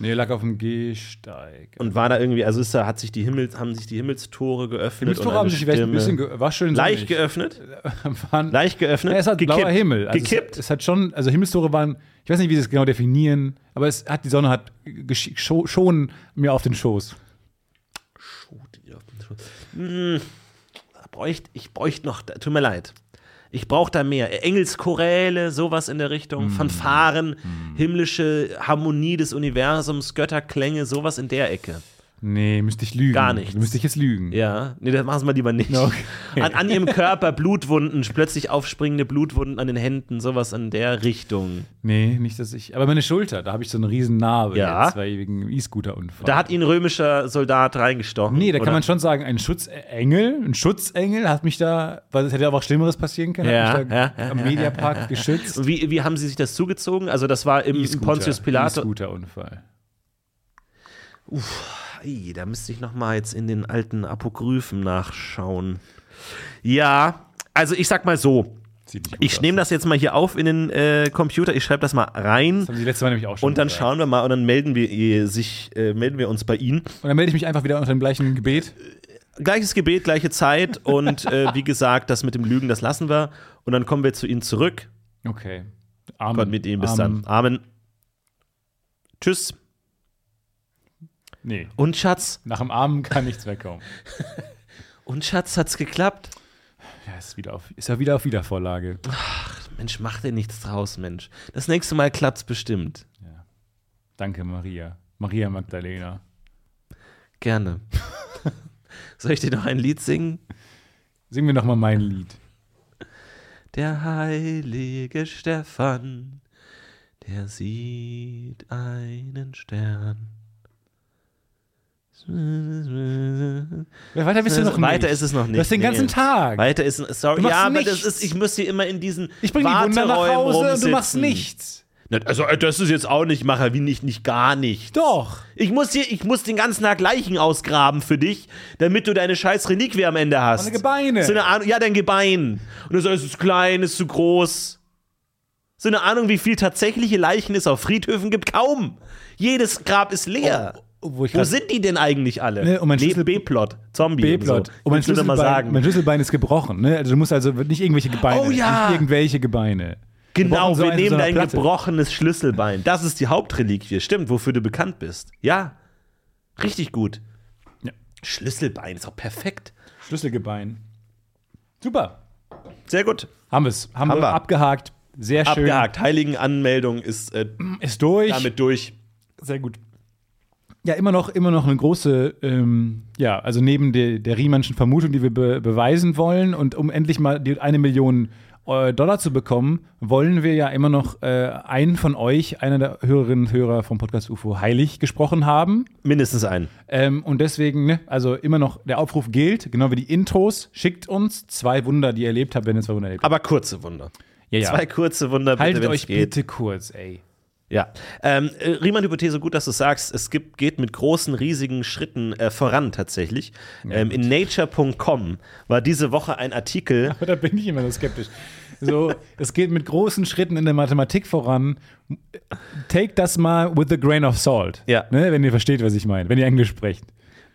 Nee, lag auf dem Gehsteig. und war da irgendwie, also ist da, hat sich die Himmel, haben sich die Himmelstore geöffnet. Himmelstore und eine haben sich vielleicht ein Stimme- bisschen, ge war schön leicht sonnig. geöffnet. <laughs> Waren, Leicht geöffnet. Ja, es hat blauer Himmel. Also gekippt. Es, es hat schon, also Himmelstore waren, ich weiß nicht, wie sie es genau definieren, aber es hat, die Sonne hat gesch- scho- schon mir auf den Schoß. Hm, da bräucht, ich bräuchte noch, da- tut mir leid. Ich brauche da mehr. Engelschoräle, sowas in der Richtung, Hm. Fanfaren, himmlische Harmonie des Universums, Götterklänge, sowas in der Ecke. Nee, müsste ich lügen. Gar nichts. Müsste ich jetzt lügen. Ja, nee, das machen wir lieber nicht. Okay. An, an ihrem Körper Blutwunden, plötzlich aufspringende Blutwunden an den Händen, sowas in der Richtung. Nee, nicht, dass ich. Aber meine Schulter, da habe ich so eine riesen Narbe Ja. jetzt, weil wegen dem E-Scooter-Unfall. Da hat ihn ein römischer Soldat reingestochen. nee, da kann oder? man schon sagen, ein Schutzengel, ein Schutzengel hat mich da, weil es hätte auch was Schlimmeres passieren können, Ja, hat mich da ja, ja, am ja, Mediapark geschützt. Und wie, wie haben sie sich das zugezogen? Also, das war im E-Scooter, Pontius Pilatus. E-Scooter-Unfall. Ei, da müsste ich noch mal jetzt in den alten Apokryphen nachschauen. Ja, also ich sag mal so, Sieht nicht gut ich aus. nehme das jetzt mal hier auf in den äh, Computer, ich schreibe das mal rein Das haben sie letztes Mal nämlich auch schon. und dann gesagt. schauen wir mal und dann melden wir ihr sich äh, melden wir uns bei Ihnen. Und dann melde ich mich einfach wieder unter dem gleichen Gebet. Gleiches Gebet, gleiche Zeit und äh, wie gesagt, das mit dem Lügen, das lassen wir und dann kommen wir zu Ihnen zurück. Okay. Amen. Gott mit Ihnen bis Amen. dann. Amen. Tschüss Nee, und Schatz nach dem Amen kann nichts mehr kommen. <laughs> und Schatz hat's geklappt. Ja, ist, wieder auf, ist ja wieder auf Wiedervorlage. Mensch, mach dir nichts draus, Mensch. Das nächste Mal klappt's bestimmt. Danke, Maria. Maria Magdalena. Gerne. Soll ich dir noch ein Lied singen? Singen wir nochmal mein Lied. Der heilige Stefan, der sieht einen Stern. Weiter bist du noch Äh, Weiter nicht. ist es noch nicht. Du hast den ganzen nee. Tag. Weiter ist sorry, Du machst ja, aber das nichts. ist, ich muss hier immer in diesen ich bringe die Wunder nach Warteräumen Hause und du rumsitzen. machst nichts. Na, Also äh, das ist jetzt auch nicht Macher, wie nicht, nicht gar nicht. Doch. Ich muss hier, ich muss den ganzen Tag Leichen ausgraben für dich, damit du deine scheiß Reliquie am Ende hast. Meine Gebeine. So eine Ahnung, ja, dein Gebein. Und du sagst, es ist klein, es ist zu groß. So eine Ahnung, wie viel tatsächliche Leichen es auf Friedhöfen gibt, kaum. Jedes Grab ist leer. Obwohl ich Wo grad- sind die denn eigentlich alle? Ne, und mein Le- Schlüssel- B-Plot, Zombie. B-Plot. Und, so. Und Oh, mein Willst du da Schlüsselbein, mal sagen. mein Schlüsselbein ist gebrochen. Ne? Also du musst also nicht irgendwelche Gebeine. Oh ja. Nicht irgendwelche Gebeine. Wir Genau, brauchen so wir eine- so nehmen eine dein Platte. gebrochenes Schlüsselbein. Das ist die Hauptreliquie, stimmt, wofür du bekannt bist. Ja, richtig gut. Ja. Schlüsselbein ist auch perfekt. Schlüsselgebein. Super. Sehr gut. Haben wir es. Haben, Haben wir wir. abgehakt. Sehr schön. Abgehakt. Heiligenanmeldung ist äh, Ist durch. damit durch. Sehr gut. Ja, immer noch, immer noch eine große, ähm, ja, also neben der, der Riemannschen Vermutung, die wir be beweisen wollen und um endlich mal die eine Million äh, Dollar zu bekommen, wollen wir ja immer noch äh, einen von euch, einer der Hörerinnen und Hörer vom Podcast UFO, heilig gesprochen haben. Mindestens einen. Ähm, und deswegen, ne, also immer noch der Aufruf gilt, genau wie die Intros, schickt uns zwei Wunder, die ihr erlebt habt, wenn ihr zwei Wunder erlebt habt. Aber kurze Wunder. Ja, ja. Zwei kurze Wunder, bitte, Haltet wenn's euch geht. bitte kurz, ey. Ja. Ähm, äh, Riemann-Hypothese, gut, dass du sagst, es gibt, geht mit großen, riesigen Schritten äh, voran tatsächlich. ähm, in nature.com war diese Woche ein Artikel. Aber <laughs> da bin ich immer so skeptisch. <laughs> So, es geht mit großen Schritten in der Mathematik voran. Take das mal with a grain of salt. Ja. Ne, wenn ihr versteht, was ich meine, wenn ihr Englisch sprecht.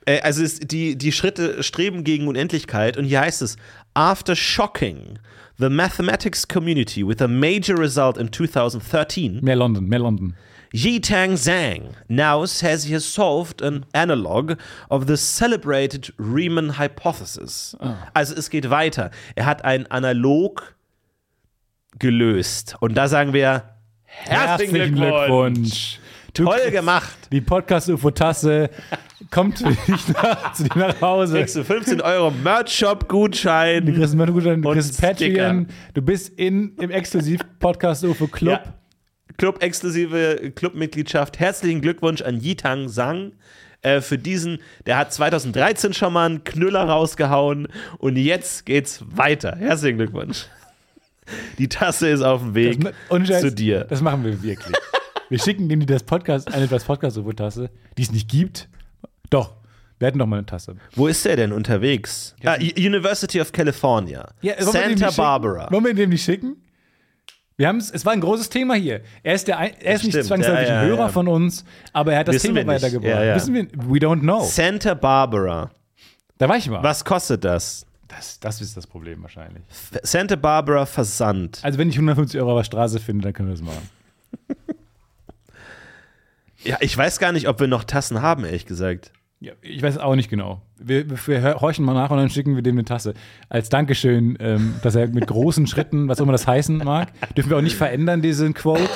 Äh, also es, die, die Schritte streben gegen Unendlichkeit und hier heißt es, after shocking the mathematics community with a major result in 2013, Mehr London, mehr London. Yi Tang Zhang now says he has solved an analog of the celebrated Riemann hypothesis. Also es geht weiter. Er hat einen Analog gelöst. Und da sagen wir herzlichen, Glückwunsch. Du Toll kriegst gemacht. Die Podcast-UFO-Tasse <laughs> kommt zu dich nach, zu dir nach Hause. Kriegst du 15 Euro Du Merch-Shop-Gutschein. kriegst einen Gutschein, du Und kriegst Patreon. Du bist in, im Exklusiv-Podcast-UFO-Club. Ja. Club-exklusive Clubmitgliedschaft. Herzlichen Glückwunsch an Yi Tang Sang. äh, Für diesen, der hat 2013 schon mal einen Knüller rausgehauen und jetzt geht's weiter. Herzlichen Glückwunsch. Die Tasse ist auf dem Weg Das ma- ohne Scheiß, zu dir. Das machen wir wirklich. wir schicken denen die das Podcast, eine etwas podcast tasse die es nicht gibt. Doch, wir hätten doch mal eine Tasse. Wo ist der denn unterwegs? Ah, U- University of California. wollen wir dem Santa nicht schicken? Barbara. Wollen wir dem nicht schicken? Wir haben's, es war ein großes Thema hier. Er ist, der, ein- er ist nicht stimmt. zwangsläufig Ja, ja, ein Hörer ja. von uns, aber er hat das Wissen Thema wir nicht. weitergebracht. Ja, ja. Wissen wir, we don't know. Santa Barbara. Da war ich mal. Was kostet das? Das, das ist das Problem wahrscheinlich. F- Santa Barbara Versand. Also wenn ich 150 Euro auf der Straße finde, dann können wir das machen. Ja, ich weiß gar nicht, ob wir noch Tassen haben, ehrlich gesagt. Ja, ich weiß auch nicht genau. Wir, wir hör- horchen mal nach und dann schicken wir dem eine Tasse. Als Dankeschön, ähm, dass er mit großen Schritten, was auch immer das heißen mag, dürfen wir auch nicht verändern, diesen Quote.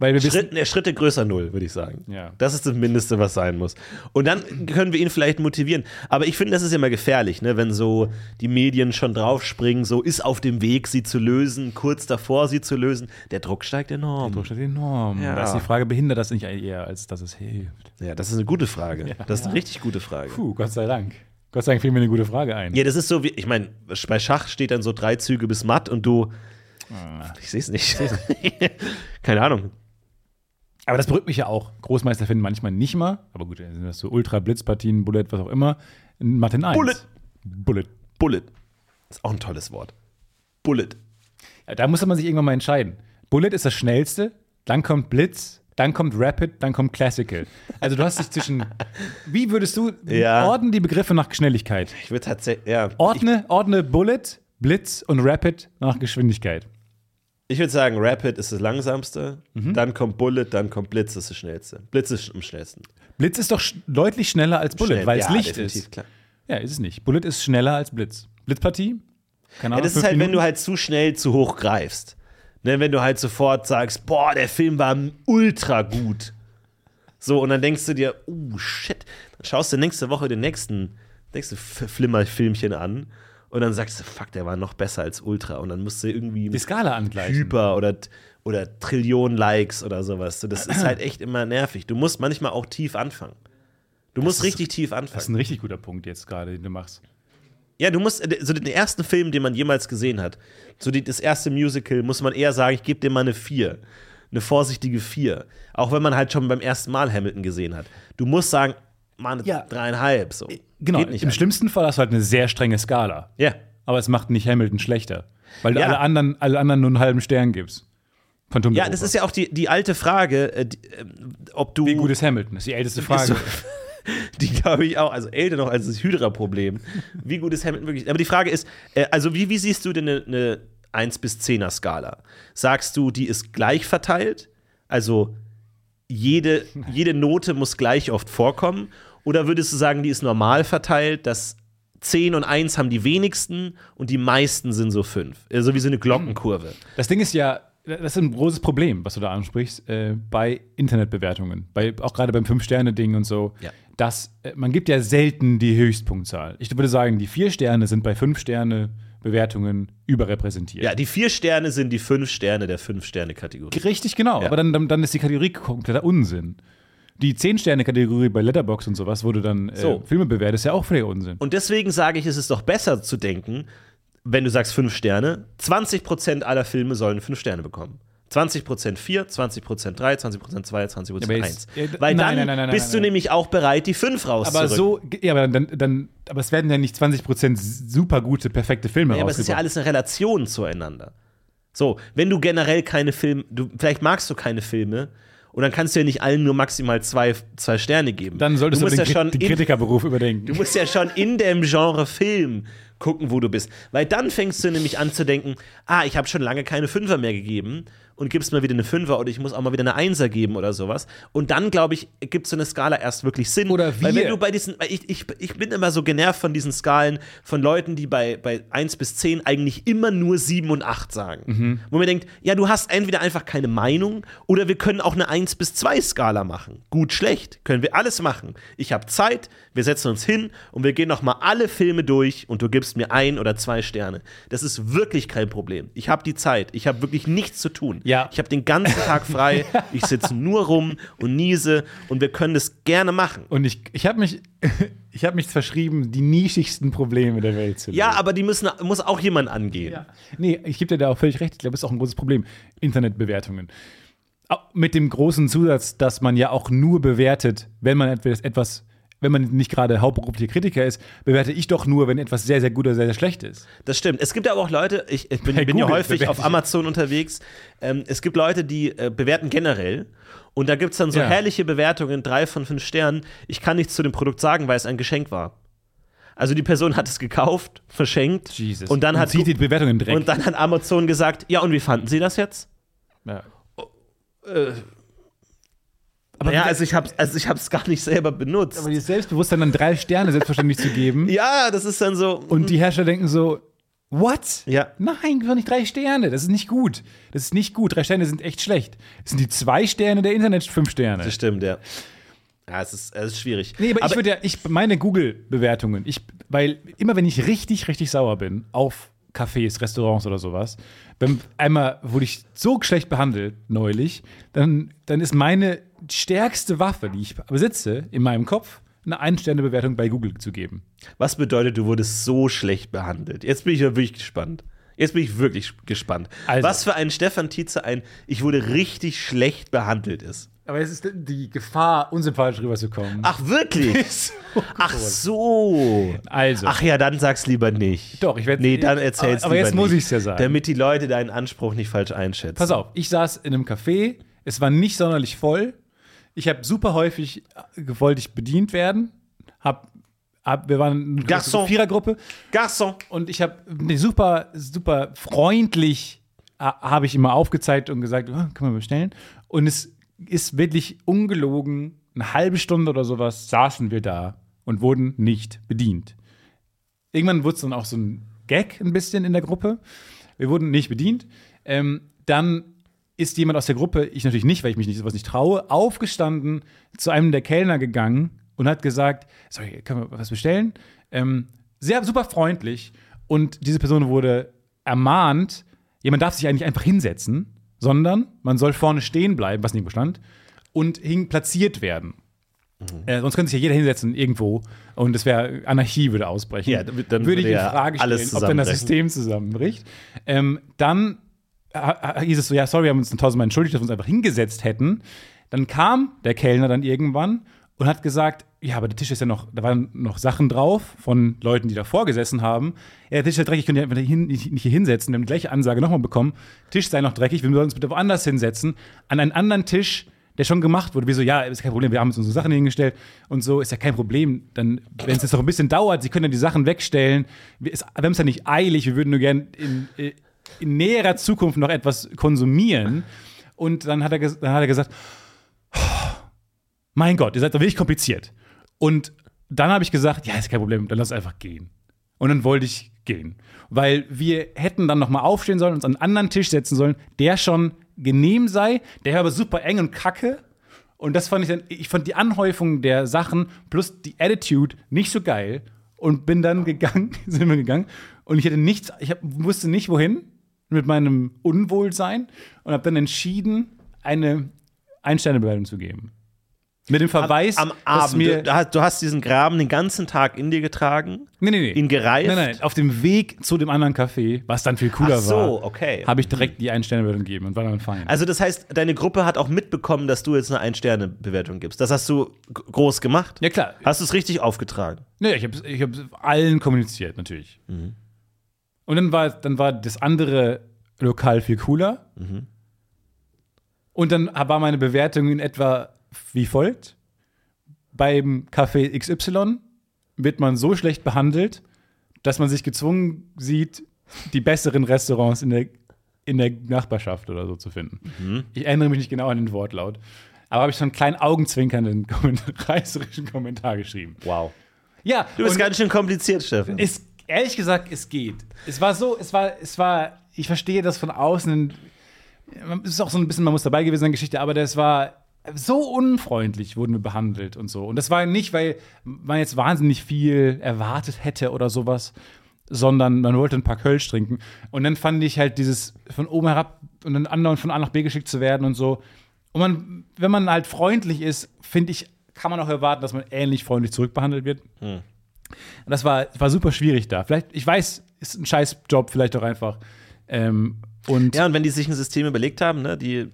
Weil wir wissen, Schritt, äh, Schritte größer null, würde ich sagen. Ja. Das ist das Mindeste, was sein muss. Und dann können wir ihn vielleicht motivieren. Aber ich finde, das ist immer gefährlich, ne? wenn so die Medien schon draufspringen, so ist auf dem Weg, sie zu lösen, kurz davor, sie zu lösen. Der Druck steigt enorm. Druck steht enorm. Ja. Da ist die Frage, behindert das nicht eher, als dass es hilft? Ja, das ist eine gute Frage. Das ist eine richtig gute Frage. Puh, Gott sei Dank. Gott sei Dank fiel mir eine gute Frage ein. Ja, das ist so wie, ich meine, bei Schach steht dann so drei Züge bis matt und du. Ah. Ich sehe es nicht. <laughs> Keine Ahnung. Aber das berührt mich ja auch. Großmeister finden manchmal nicht mal, aber gut, dann sind das so Ultra-Blitzpartien, Bullet, was auch immer. Martin 1. Bullet. Bullet. Bullet. Ist auch ein tolles Wort. Bullet. Da musste man sich irgendwann mal entscheiden. Bullet ist das schnellste, dann kommt Blitz, dann kommt Rapid, dann kommt Classical. Also du hast dich zwischen. Wie würdest du Ja. ordnen die Begriffe nach Schnelligkeit? Ich würde tatsächlich. Ja. Ordne, ordne Bullet, Blitz und Rapid nach Geschwindigkeit. Ich würde sagen, Rapid ist das langsamste, Mhm. dann kommt Bullet, dann kommt Blitz, das ist das schnellste. Blitz ist am schnellsten. Blitz ist doch sch deutlich schneller als Bullet, Schnell- weil es ja, Licht definitiv, ist. Klar. Ja, ist es nicht. Bullet ist schneller als Blitz. Blitzpartie? Ja, Keine Ahnung. das ist fünf halt, wenn du Minuten? halt zu schnell zu hoch greifst. Ne, wenn du halt sofort sagst, boah, der Film war ultra gut. So, und dann denkst du dir, oh shit, dann schaust du nächste Woche den nächsten, nächsten F- Flimmerfilmchen an und dann sagst du, fuck, der war noch besser als Ultra. Und dann musst du irgendwie die Skala angleichen. Hyper oder, oder Trillionen Likes oder sowas. So, Das <clears throat> ist halt echt immer nervig. Du musst manchmal auch tief anfangen. Du musst richtig tief Das ist ein anfangen. richtig guter Punkt jetzt gerade, den du machst. Ja, du musst, äh, so den ersten Film, den man jemals gesehen hat, so die, das erste Musical, muss man eher sagen, ich gebe dem mal eine 4. Eine vorsichtige 4. Auch wenn man halt schon beim ersten Mal Hamilton gesehen hat. Du musst sagen, Mann, Ja. dreieinhalb. So. Genau. Geht nicht Im anders. schlimmsten Fall hast du halt eine sehr strenge Skala. Ja. Aber es macht nicht Hamilton schlechter. Weil du Ja. alle anderen, alle anderen nur einen halben Stern gibst. Von Tom Ja, das ist ja auch die, die alte Frage, äh, die, ähm, ob du. Wie gut ist Hamilton? Das ist die älteste Frage. <laughs> Die glaube ich auch, also älter noch als das Hydra-Problem. Wie gut ist Hamilton wirklich? Aber die Frage ist, äh, also wie, wie siehst du denn eine, eine 1 bis 10er Skala? Sagst du, die ist gleich verteilt? Also jede, jede Note muss gleich oft vorkommen? Oder würdest du sagen, die ist normal verteilt, dass 10 und 1 haben die wenigsten und die meisten sind so 5? Also wie so eine Glockenkurve. Das Ding ist ja, das ist ein großes Problem, was du da ansprichst, äh, bei Internetbewertungen. Bei, auch gerade beim Fünf-Sterne-Ding und so. Ja. Dass, äh, man gibt ja selten die Höchstpunktzahl. Ich würde sagen, die vier Sterne sind bei Fünf-Sterne-Bewertungen überrepräsentiert. Ja, die 4 Sterne sind die 5 Sterne der 5-Sterne-Kategorie. Richtig, genau. Aber dann, dann, dann ist die Kategorie kompletter Unsinn. Die 10-Sterne-Kategorie bei Letterbox und sowas, wo du dann äh, So. Filme bewertest, ist ja auch völliger Unsinn. Und deswegen sage ich, es ist doch besser zu denken, wenn du sagst fünf Sterne, 20% aller Filme sollen fünf Sterne bekommen. 20% 4, 20% 3, 20% 2, 20% Aber 1. jetzt- äh, Weil dann nein, nein, nein, nein, bist nein, du nein. nämlich auch bereit, die 5 rauszurücken. Aber so, ja, aber dann, dann, aber es werden ja nicht 20% super gute, perfekte Filme Ja, aber es ist ja rausgebracht. alles eine Relation zueinander. So, wenn du generell keine Filme, du, vielleicht magst du keine Filme und dann kannst du ja nicht allen nur maximal zwei, zwei Sterne geben. Dann solltest du, musst den, ja schon den in- Kritikerberuf überdenken. Du musst ja schon in dem Genre Film gucken, wo du bist. Weil dann fängst du nämlich an zu denken, ah, ich habe schon lange keine Fünfer mehr gegeben und gibst mal wieder eine Fünfer oder ich muss auch mal wieder eine Einser geben oder sowas. Und dann, glaube ich, gibt so eine Skala erst wirklich Sinn. Oder Weil wir. wenn du bei diesen, weil ich, ich, ich bin immer so genervt von diesen Skalen von Leuten, die bei, bei 1 bis 10 eigentlich immer nur 7 und 8 sagen. Wo man denkt, ja, du hast entweder einfach keine Meinung oder wir können auch eine 1 bis 2 Skala machen. Gut, schlecht, können wir alles machen. Ich habe Zeit, wir setzen uns hin und wir gehen nochmal alle Filme durch und du gibst mir ein oder zwei Sterne. Das ist wirklich kein Problem. Ich habe die Zeit, ich habe wirklich nichts zu tun. Ja. Ich habe den ganzen Tag frei. ich sitze nur rum und niese und wir können das gerne machen. Und ich, ich habe mich, <laughs> ich habe mich verschrieben, die nischigsten Probleme der Welt zu lösen. Ja, aber die müssen, muss auch jemand angehen. Ja. Nee, ich gebe dir da auch völlig recht. Ich glaube, das ist auch ein großes Problem. Internetbewertungen. Auch Mit dem großen Zusatz, dass man ja auch nur bewertet, wenn man etwas, etwas wenn man nicht gerade hauptberuflicher Kritiker ist, bewerte ich doch nur, wenn etwas sehr, sehr gut oder sehr, sehr schlecht ist. Das stimmt. Es gibt aber auch Leute, ich, ich bin, Bei bin ja Google häufig bewerte auf ich. Amazon unterwegs. Ähm, es gibt Leute, die äh, bewerten generell. Und da gibt es dann so Ja. herrliche Bewertungen, drei von fünf Sternen. Ich kann nichts zu dem Produkt sagen, weil es ein Geschenk war. Also die Person hat es gekauft, verschenkt. Und dann, hat, zieht die Bewertung im Dreck. und dann hat Amazon gesagt, ja, und wie fanden Sie das jetzt? ja. Äh. Aber ja, also ich habe also ich hab's gar nicht selber benutzt. Aber dieses Selbstbewusstsein dann drei Sterne selbstverständlich zu <laughs> geben. Ja, das ist dann so. Und die Herrscher denken so, what? Ja. Nein, wir nicht drei Sterne. Das ist nicht gut. Das ist nicht gut. Drei Sterne sind echt schlecht. Das sind die zwei Sterne der Internet fünf Sterne. das stimmt, ja. Ja, es ist, es ist schwierig. Nee, aber, ich würde ja, ich meine Google-Bewertungen, ich, weil immer wenn ich richtig, richtig sauer bin auf Cafés, Restaurants oder sowas, wenn einmal wurde ich so schlecht behandelt neulich, dann, dann ist meine stärkste Waffe, die ich besitze, in meinem Kopf, eine Ein-Sterne-Bewertung bei Google zu geben. Was bedeutet, du wurdest so schlecht behandelt? Jetzt bin ich ja wirklich gespannt. Jetzt bin ich wirklich gespannt. Also. Was für ein Stefan Tietze ein Ich wurde richtig schlecht behandelt ist. Aber es ist die Gefahr, unsympathisch rüberzukommen. Ach, <laughs> wirklich? Ach so. Also. Ach ja, dann sag's lieber nicht. Doch, ich werd's- Nee, dann erzähl's Aber- aber lieber jetzt muss nicht, ich's ja sagen. Damit die Leute deinen Anspruch nicht falsch einschätzen. Pass auf, ich saß in einem Café, es war nicht sonderlich voll. Ich habe super häufig äh, wollte ich bedient werden. Hab, hab, wir waren eine Garçon. Vierergruppe Garçon. und ich habe super, super freundlich äh, habe ich immer aufgezeigt und gesagt, "Ah, können wir bestellen. Und es ist wirklich ungelogen, eine halbe Stunde oder sowas saßen wir da und wurden nicht bedient. Irgendwann wurde es dann auch so ein Gag ein bisschen in der Gruppe. Wir wurden nicht bedient. Ähm, dann ist jemand aus der Gruppe, ich natürlich nicht, weil ich mich nicht sowas nicht traue, aufgestanden, zu einem der Kellner gegangen und hat gesagt, sorry, können wir was bestellen? Ähm, sehr super freundlich. Und diese Person wurde ermahnt, ja, man darf sich eigentlich einfach hinsetzen, sondern man soll vorne stehen bleiben, was neben stand, und hing platziert werden. Äh, sonst könnte sich ja jeder hinsetzen irgendwo und es wäre Anarchie würde ausbrechen. Ja, dann würde würde ich in ja Frage stellen, alles ob dann das zusammenbrechen. System zusammenbricht. Ähm, dann äh, äh, hieß es so, ja, sorry, wir haben uns tausendmal entschuldigt, dass wir uns einfach hingesetzt hätten. Dann kam der Kellner dann irgendwann und hat gesagt, ja, aber der Tisch ist ja noch, da waren noch Sachen drauf von Leuten, die davor gesessen haben. Ja, der Tisch ist ja dreckig, könnt ihr einfach hin, nicht, nicht hier hinsetzen. Wir haben die gleiche Ansage nochmal bekommen. Tisch sei noch dreckig, wir sollen uns bitte woanders hinsetzen, an einen anderen Tisch, der schon gemacht wurde. Wir so, ja, ist kein Problem, wir haben uns unsere Sachen hingestellt und so, ist ja kein Problem. Dann, wenn es jetzt noch ein bisschen dauert, sie können ja die Sachen wegstellen. Wir, ist, wir haben es ja nicht eilig, wir würden nur gern in, äh, in näherer Zukunft noch etwas konsumieren. Und dann hat er, ges- dann hat er gesagt, mein Gott, ihr seid doch wirklich kompliziert. Und dann habe ich gesagt, ja, ist kein Problem, dann lass einfach gehen. Und dann wollte ich gehen. Weil wir hätten dann nochmal aufstehen sollen, uns an einen anderen Tisch setzen sollen, der schon genehm sei, der war aber super eng und kacke. Und das fand ich dann, ich fand die Anhäufung der Sachen plus die Attitude nicht so geil. Und bin dann gegangen, <laughs> sind wir gegangen. Und ich hätte nichts, ich hab, wusste nicht wohin mit meinem Unwohlsein und habe dann entschieden, eine Einsternebewertung zu geben. Mit dem Verweis, Am dass Abend. mir. du, hast- du hast diesen Graben den ganzen Tag in dir getragen. nee, nee, nee. ihn gereift? Nein, nein, auf dem Weg zu dem anderen Café, was dann viel cooler Ach so, war, okay. Mhm. habe ich direkt die Einsternebewertung gegeben und war dann fein. Also das heißt, deine Gruppe hat auch mitbekommen, dass du jetzt eine Ein-Sterne-Bewertung gibst. Das hast du g- groß gemacht. ja, klar. Hast du es richtig aufgetragen? Nee, ich habe ich hab's allen kommuniziert, natürlich. Und dann war, dann war das andere Lokal viel cooler. Und dann war meine Bewertung in etwa wie folgt. Beim Café XY wird man so schlecht behandelt, dass man sich gezwungen sieht, die besseren Restaurants in der, in der Nachbarschaft oder so zu finden. Ich erinnere mich nicht genau an den Wortlaut. Aber habe ich schon einen kleinen augenzwinkernden, Kommentar, <laughs> reißerischen Kommentar geschrieben. Wow. Ja, Du bist und- ganz schön kompliziert, Steffen. es, ehrlich gesagt, es geht. Es war so, es war, es war, ich verstehe das von außen. Es ist auch so ein bisschen, man muss dabei gewesen sein, Geschichte, aber das war so unfreundlich, wurden wir behandelt und so. Und das war nicht, weil man jetzt wahnsinnig viel erwartet hätte oder sowas, sondern man wollte ein paar Kölsch trinken. Und dann fand ich halt dieses von oben herab und dann andauernd von A nach B geschickt zu werden und so. Und man, wenn man halt freundlich ist, finde ich, kann man auch erwarten, dass man ähnlich freundlich zurückbehandelt wird. Hm. Und das war, war super schwierig da. Vielleicht, ich weiß, ist ein scheiß Job, vielleicht auch einfach. Ähm, und Ja, und wenn die sich ein System überlegt haben, ne, die,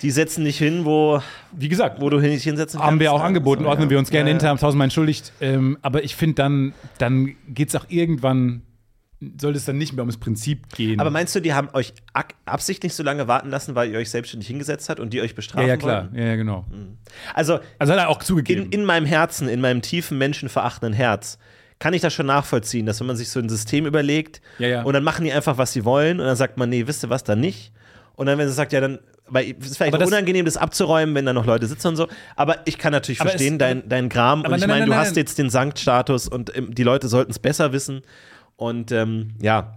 die setzen nicht hin, wo, wie gesagt, wo du hin- nicht hinsetzen kannst. haben wir auch angeboten, Also, ordnen ja. wir uns gerne ja, intern, haben tausendmal entschuldigt. Ähm, aber ich finde, dann, dann geht es auch irgendwann, sollte es dann nicht mehr ums Prinzip gehen. Aber meinst du, die haben euch ak- absichtlich so lange warten lassen, weil ihr euch selbstständig hingesetzt habt und die euch ja, bestrafen ja, klar. wollten? Ja, ja, genau. Also Also hat er auch zugegeben. in, in meinem Herzen, in meinem tiefen, menschenverachtenden Herz, kann ich das schon nachvollziehen, dass wenn man sich so ein System überlegt Ja, ja. und dann machen die einfach, was sie wollen und dann sagt man, nee, wisst ihr was, dann nicht. Und dann, wenn sie sagt, ja, dann weil es ist vielleicht Aber das- unangenehm, das abzuräumen, wenn da noch Leute sitzen und so. Aber ich kann natürlich Aber verstehen, es- dein, deinen Gram. Und Aber ich nein, meine, nein, du nein, hast nein. jetzt den Sanktstatus und ähm, die Leute sollten es besser wissen. Und ähm, ja,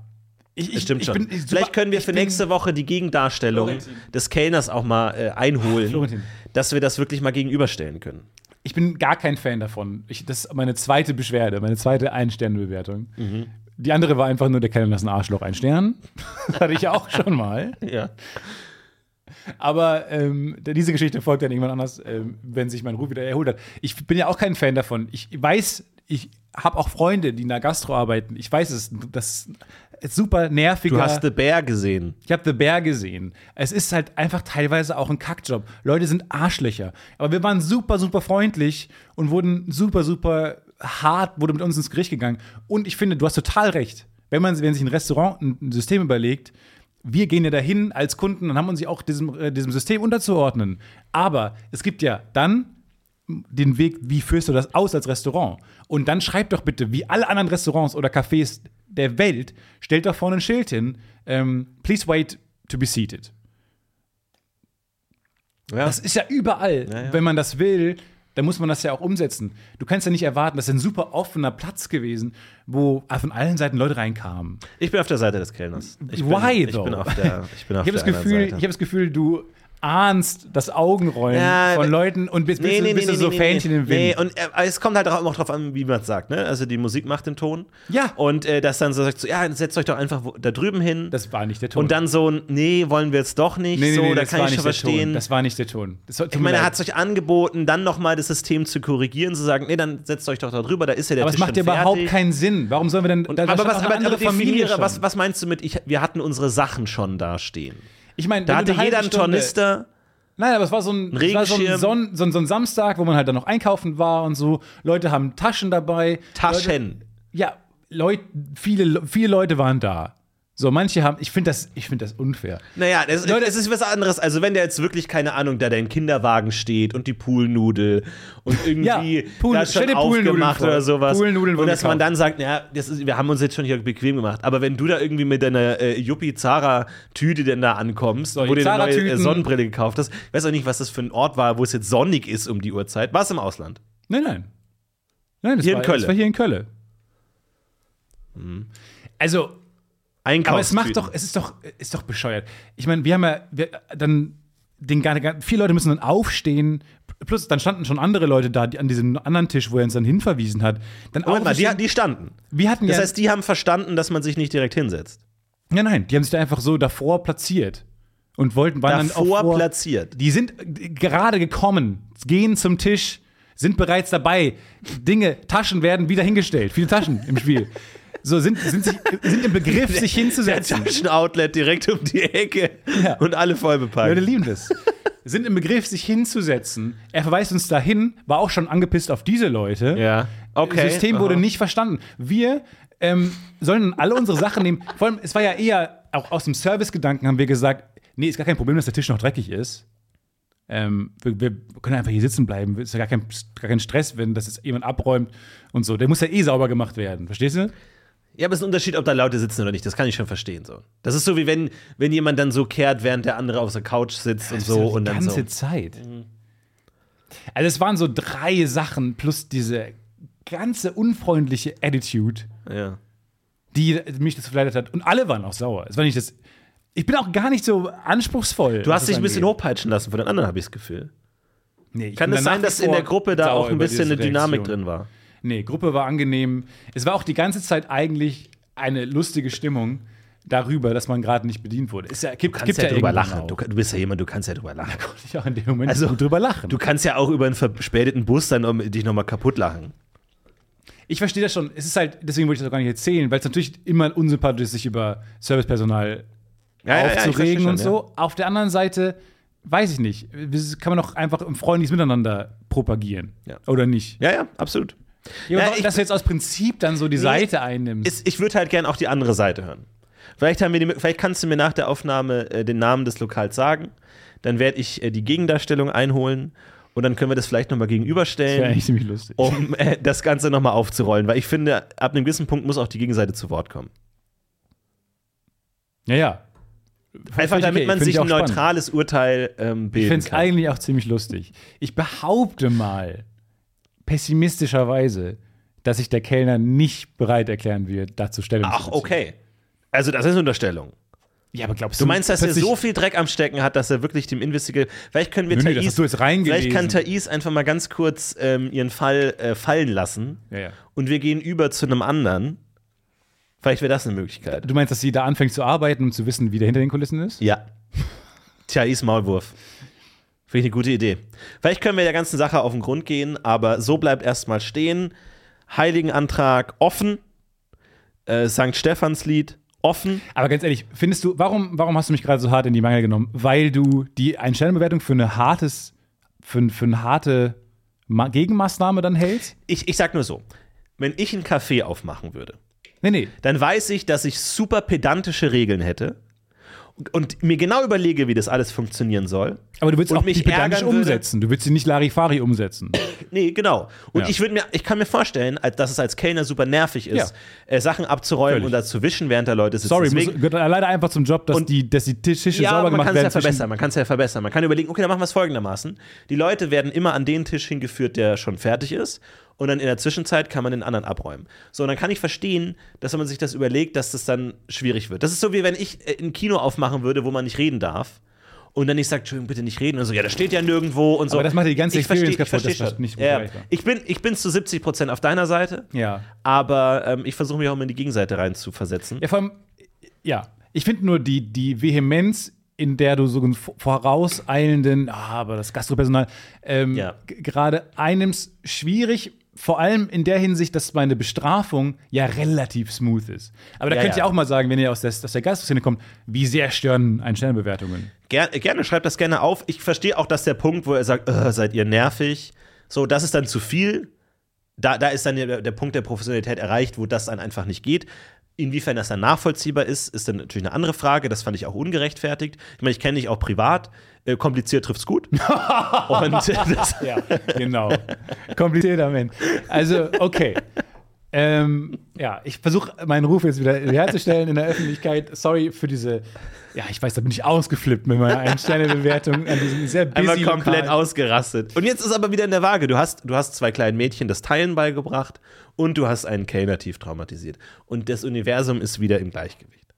ich, das stimmt ich schon. bin- ich- super- Vielleicht können wir ich für bin- nächste Woche die Gegendarstellung Florentin. des Kellners auch mal äh, einholen, Florentin. dass wir das wirklich mal gegenüberstellen können. ich bin gar kein Fan davon. Ich, das ist meine zweite Beschwerde, meine zweite Ein-Sterne-Bewertung. Mhm. Die andere war einfach nur, der Kellner ist ein Arschloch, ein Stern. <laughs> das hatte ich ja auch schon mal. Ja. Aber ähm, diese Geschichte folgt dann irgendwann anders, ähm, wenn sich mein Ruf wieder erholt hat. Ich bin ja auch kein Fan davon. Ich weiß, ich habe auch Freunde, die in der Gastro arbeiten. Ich weiß es, das ist super nerviger. Du hast The Bear gesehen. Ich habe The Bear gesehen. Es ist halt einfach teilweise auch ein Kackjob. Leute sind Arschlöcher. Aber wir waren super, super freundlich und wurden super, super hart, wurde mit uns ins Gericht gegangen. Und ich finde, du hast total recht. Wenn man wenn sich ein Restaurant ein ein System überlegt, wir gehen ja dahin als Kunden und haben uns ja auch diesem, äh, diesem System unterzuordnen. Aber es gibt ja dann den Weg, wie führst du das aus als Restaurant? Und dann schreib doch bitte, wie alle anderen Restaurants oder Cafés der Welt, stellt doch vorne ein Schild hin, ähm, please wait to be seated. Ja. Das ist ja überall. ja. Wenn man das will, dann muss man das ja auch umsetzen. Du kannst ja nicht erwarten, das ist ein super offener Platz gewesen, wo von allen Seiten Leute reinkamen. Ich bin auf der Seite des Kellners. Ich bin, Why, ich though? bin auf der Ich, bin auf Ich habe das, der anderen Gefühl- ich Seite. hab das Gefühl, du ahnst das Augenrollen Ja, von aber- Leuten und bist, bist, bist du so Fähnchen im Wind. Nee, und äh, aber es kommt halt auch immer drauf an, wie man es sagt, ne? Also die Musik macht den Ton. Ja. Und äh, das dann so sagt, so, ja, setzt euch doch einfach wo, da drüben hin. das war nicht der Ton. und dann so ein, nee, wollen wir jetzt doch nicht. so, da das kann war ich schon nicht der Ton. verstehen. Das war nicht der Ton. Das, tut Ich mir meine, er leid. hat es euch angeboten, dann nochmal das System zu korrigieren, zu sagen, nee, dann setzt euch doch da drüber, da ist ja der aber Tisch es macht ja schon überhaupt fertig. keinen Sinn. Warum sollen wir denn Und, da- da aber stand was, auch aber eine andere Familie definiere, schon. was, was meinst du mit, ich, wir hatten unsere Sachen schon dastehen? ich meine, Da wenn du hatte eine jeder halbe einen Stunde- Tornister. Nein, aber es war so ein, Ein es war so ein, Regenschirm. Son so, ein, so ein Samstag, wo man halt dann noch einkaufen war und so. Leute haben Taschen dabei. Leute, Taschen. ja, Leut, viele, viele Leute waren da. So, manche haben, ich finde das, ich find das unfair. Naja, es, Leute, es ist was anderes. Also, wenn da jetzt wirklich, keine Ahnung, da dein Kinderwagen steht und die Poolnudel und irgendwie Ja, Pool- da ist stell schon dir Poolnudeln aufgemacht vor. oder sowas. Poolnudeln und wurden dass man gekauft. dann sagt, naja, das ist, wir haben uns jetzt schon hier bequem gemacht. Aber wenn du da irgendwie mit deiner äh, Yuppie-Zara-Tüte denn da ankommst, So, die wo du eine neue äh, Zara-Tüten. Sonnenbrille gekauft hast, ich weiß auch nicht, was das für ein Ort war, wo es jetzt sonnig ist um die Uhrzeit. War es im Ausland? Nein, nein. Nein, das, Hier in war, Kölle. Mhm. das war hier in Kölle. Also, Einkaufstüten. Aber es macht doch, es ist doch, ist doch bescheuert. Ich meine, wir haben ja wir, dann den gar, gar, viele Leute müssen dann aufstehen. Plus, dann standen schon andere Leute da, die an diesem anderen Tisch, wo er uns dann hinverwiesen hat. Dann Moment mal, die, aufstehen- die standen. wir hatten Das ja, heißt, die haben verstanden, dass man sich nicht direkt hinsetzt. ja nein, die haben sich da einfach so davor platziert und wollten waren dann auch Davor vor, <laughs> platziert. Die sind äh, gerade gekommen, gehen zum Tisch, sind bereits dabei. Dinge, Taschen werden wieder hingestellt. Viele Taschen im Spiel. So sind, sind, sich, sind im <laughs> Begriff, sich hinzusetzen. Taschen-Outlet direkt um die Ecke Ja. und alle voll Leute bepackt. lieben das. <laughs> Sind im Begriff, sich hinzusetzen. Er verweist uns dahin, war auch schon angepisst auf diese Leute. Ja. Okay. Das System wurde Aha. nicht verstanden. Wir ähm, sollen alle unsere Sachen nehmen. Vor allem, es war ja eher auch aus dem Servicegedanken haben wir gesagt, nee, ist gar kein Problem, dass der Tisch noch dreckig ist. Ähm, wir, wir können einfach hier sitzen bleiben. Ist ja gar kein, gar kein Stress, wenn das jetzt jemand abräumt und so. Der muss ja eh sauber gemacht werden. Verstehst du? Ja, aber es ist ein Unterschied, ob da Leute sitzen oder nicht. Das kann ich schon verstehen. So. Das ist so, wie wenn, wenn jemand dann so kehrt, während der andere auf der Couch sitzt und Das ist so. ja die Und dann ganze so. Zeit. Also es waren so drei Sachen plus diese ganze unfreundliche Attitude, Ja. die mich das verleitet hat. Und alle waren auch sauer. Es war nicht das. Ich bin auch gar nicht so anspruchsvoll. Du hast dich ein bisschen hoch. hochpeitschen lassen von den anderen, habe ich das Gefühl. Nee, ich Kann bin es da sein, nach wie dass in vor der Gruppe da sauer auch ein über bisschen eine diese Dynamik Reaktion. drin war? Nee, Gruppe war angenehm. Es war auch die ganze Zeit eigentlich eine lustige Stimmung. darüber, dass man gerade nicht bedient wurde. Ist ja, gibt, Du kannst gibt ja, drüber irgendwann lachen. auch. Du, kann- du bist ja jemand, du kannst ja drüber lachen. Konnte ich auch in dem Moment Also, gut drüber lachen. Du kannst ja auch über einen verspäteten Bus dann um, dich nochmal kaputt lachen. Ich verstehe das schon. Es ist halt, deswegen wollte ich das auch gar nicht erzählen, weil es natürlich immer unsympathisch ist, sich über Servicepersonal aufzuregen und so. Auf der anderen Seite weiß ich nicht. Das Kann man doch einfach ein freundliches Miteinander propagieren. Ja. Oder nicht? Ja, ja, absolut. Ja, Ja, aber ich- dass du jetzt aus Prinzip dann so die Seite einnimmst. Ist, ich würde halt gern auch die andere Seite hören. Vielleicht, haben wir die, vielleicht kannst du mir nach der Aufnahme äh, den Namen des Lokals sagen. Dann werde ich äh, die Gegendarstellung einholen und dann können wir das vielleicht nochmal das wäre gegenüberstellen, eigentlich ziemlich lustig. um äh, das Ganze nochmal aufzurollen. Weil ich finde, ab einem gewissen Punkt muss auch die Gegenseite zu Wort kommen. Ja, ja. Einfach ich damit okay. man Find ich sich ein auch spannend. neutrales Urteil ähm, Ich bilden finde es kann. eigentlich auch ziemlich lustig. Ich behaupte mal, pessimistischerweise, dass sich der Kellner nicht bereit erklären wird, dazu Stellung zu Ach, beziehen. okay. Also, das ist eine Unterstellung. Ja, aber glaubst Du meinst, dass er plötzlich- so viel Dreck am Stecken hat, dass er wirklich dem Investigate. Vielleicht können wir Nö, nö, das Thais, hast du jetzt reingelesen. vielleicht kann Thais einfach mal ganz kurz ähm, ihren Fall äh, fallen lassen Ja, ja. und wir gehen über zu einem anderen. Vielleicht wäre das eine Möglichkeit. Du meinst, dass sie da anfängt zu arbeiten, um zu wissen, wie der hinter den Kulissen ist? Ja. <laughs> Thais Maulwurf. Finde ich eine gute Idee. Vielleicht können wir der ganzen Sache auf den Grund gehen, aber so bleibt erstmal stehen. Heiligenantrag offen. Äh, St. Stephanslied offen. Aber ganz ehrlich, findest du, warum, warum hast du mich gerade so hart in die Mangel genommen? Weil du die Einstellenbewertung für eine hartes, für, ein- für eine harte Ma Gegenmaßnahme dann hältst? Ich, ich sag nur so: Wenn ich einen Café aufmachen würde, Nee, nee. dann weiß ich, dass ich super pedantische Regeln hätte und mir genau überlege, wie das alles funktionieren soll. Aber du willst Und auch mich nicht pedantisch ärgern würde- umsetzen. Du willst sie nicht Larifari umsetzen. Nee, genau. Und Ja. ich würde mir, ich kann mir vorstellen, als- dass es als Kellner super nervig ist, Ja. äh, Sachen abzuräumen Völlig. und da zu wischen, während da Leute sitzen. Sorry, muss, Deswegen, gehört leider einfach zum Job, dass, Und- die, dass die Tische ja, sauber aber man gemacht kann es ja werden. zwischen- verbessern, man kann es ja verbessern. Man kann überlegen, okay, dann machen wir es folgendermaßen. Die Leute werden immer an den Tisch hingeführt, der schon fertig ist. Und dann in der Zwischenzeit kann man den anderen abräumen. So, und dann kann ich verstehen, dass wenn man sich das überlegt, dass das dann schwierig wird. Das ist so, wie wenn ich äh, ein Kino aufmachen würde, wo man nicht reden darf. Und dann ich sage, Entschuldigung, bitte nicht reden. Und so, ja, das steht ja nirgendwo und so. Aber das macht die ganze Ich verstehe- Experience ich kaputt, verstehe das ist schon. nicht gut ja, erreichbar. ich, bin, ich bin zu 70 Prozent auf deiner Seite, Ja. aber ähm, ich versuche mich auch immer in die Gegenseite reinzuversetzen. Ja, vor allem, ja. Ich finde nur die, die Vehemenz, in der du so einen vo- vorauseilenden, ah, aber das Gastropersonal, ähm, Ja. g- gerade einnimmst, schwierig. Vor allem in der Hinsicht, dass meine Bestrafung ja relativ smooth ist. Aber da Ja, könnt ihr ja. auch mal sagen, wenn ihr aus der, aus der Gastroszene kommt, wie sehr stören Ein-Sterne-Bewertungen. Ger gerne, schreibt das gerne auf. Ich verstehe auch, dass der Punkt, wo er sagt, "Äh, seid ihr nervig, so, das ist dann zu viel. Da, da ist dann der, der Punkt der Professionalität erreicht, wo das dann einfach nicht geht. Inwiefern das dann nachvollziehbar ist, ist dann natürlich eine andere Frage. Das fand ich auch ungerechtfertigt. Ich meine, ich kenne dich auch privat. Äh, kompliziert trifft's gut. Und äh, das, Ja, genau. Komplizierter Mensch. Also, okay. Ähm, ja, ich versuche meinen Ruf jetzt wieder herzustellen in der Öffentlichkeit. Sorry für diese. Ja, ich weiß, da bin ich ausgeflippt mit meiner Ein-Sterne-Bewertung an diesem sehr busy Einmal komplett Lokal. ausgerastet. Und jetzt ist aber wieder in der Waage. Du hast, du hast zwei kleinen Mädchen das Teilen beigebracht und du hast einen Kellner tief traumatisiert. Und das Universum ist wieder im Gleichgewicht.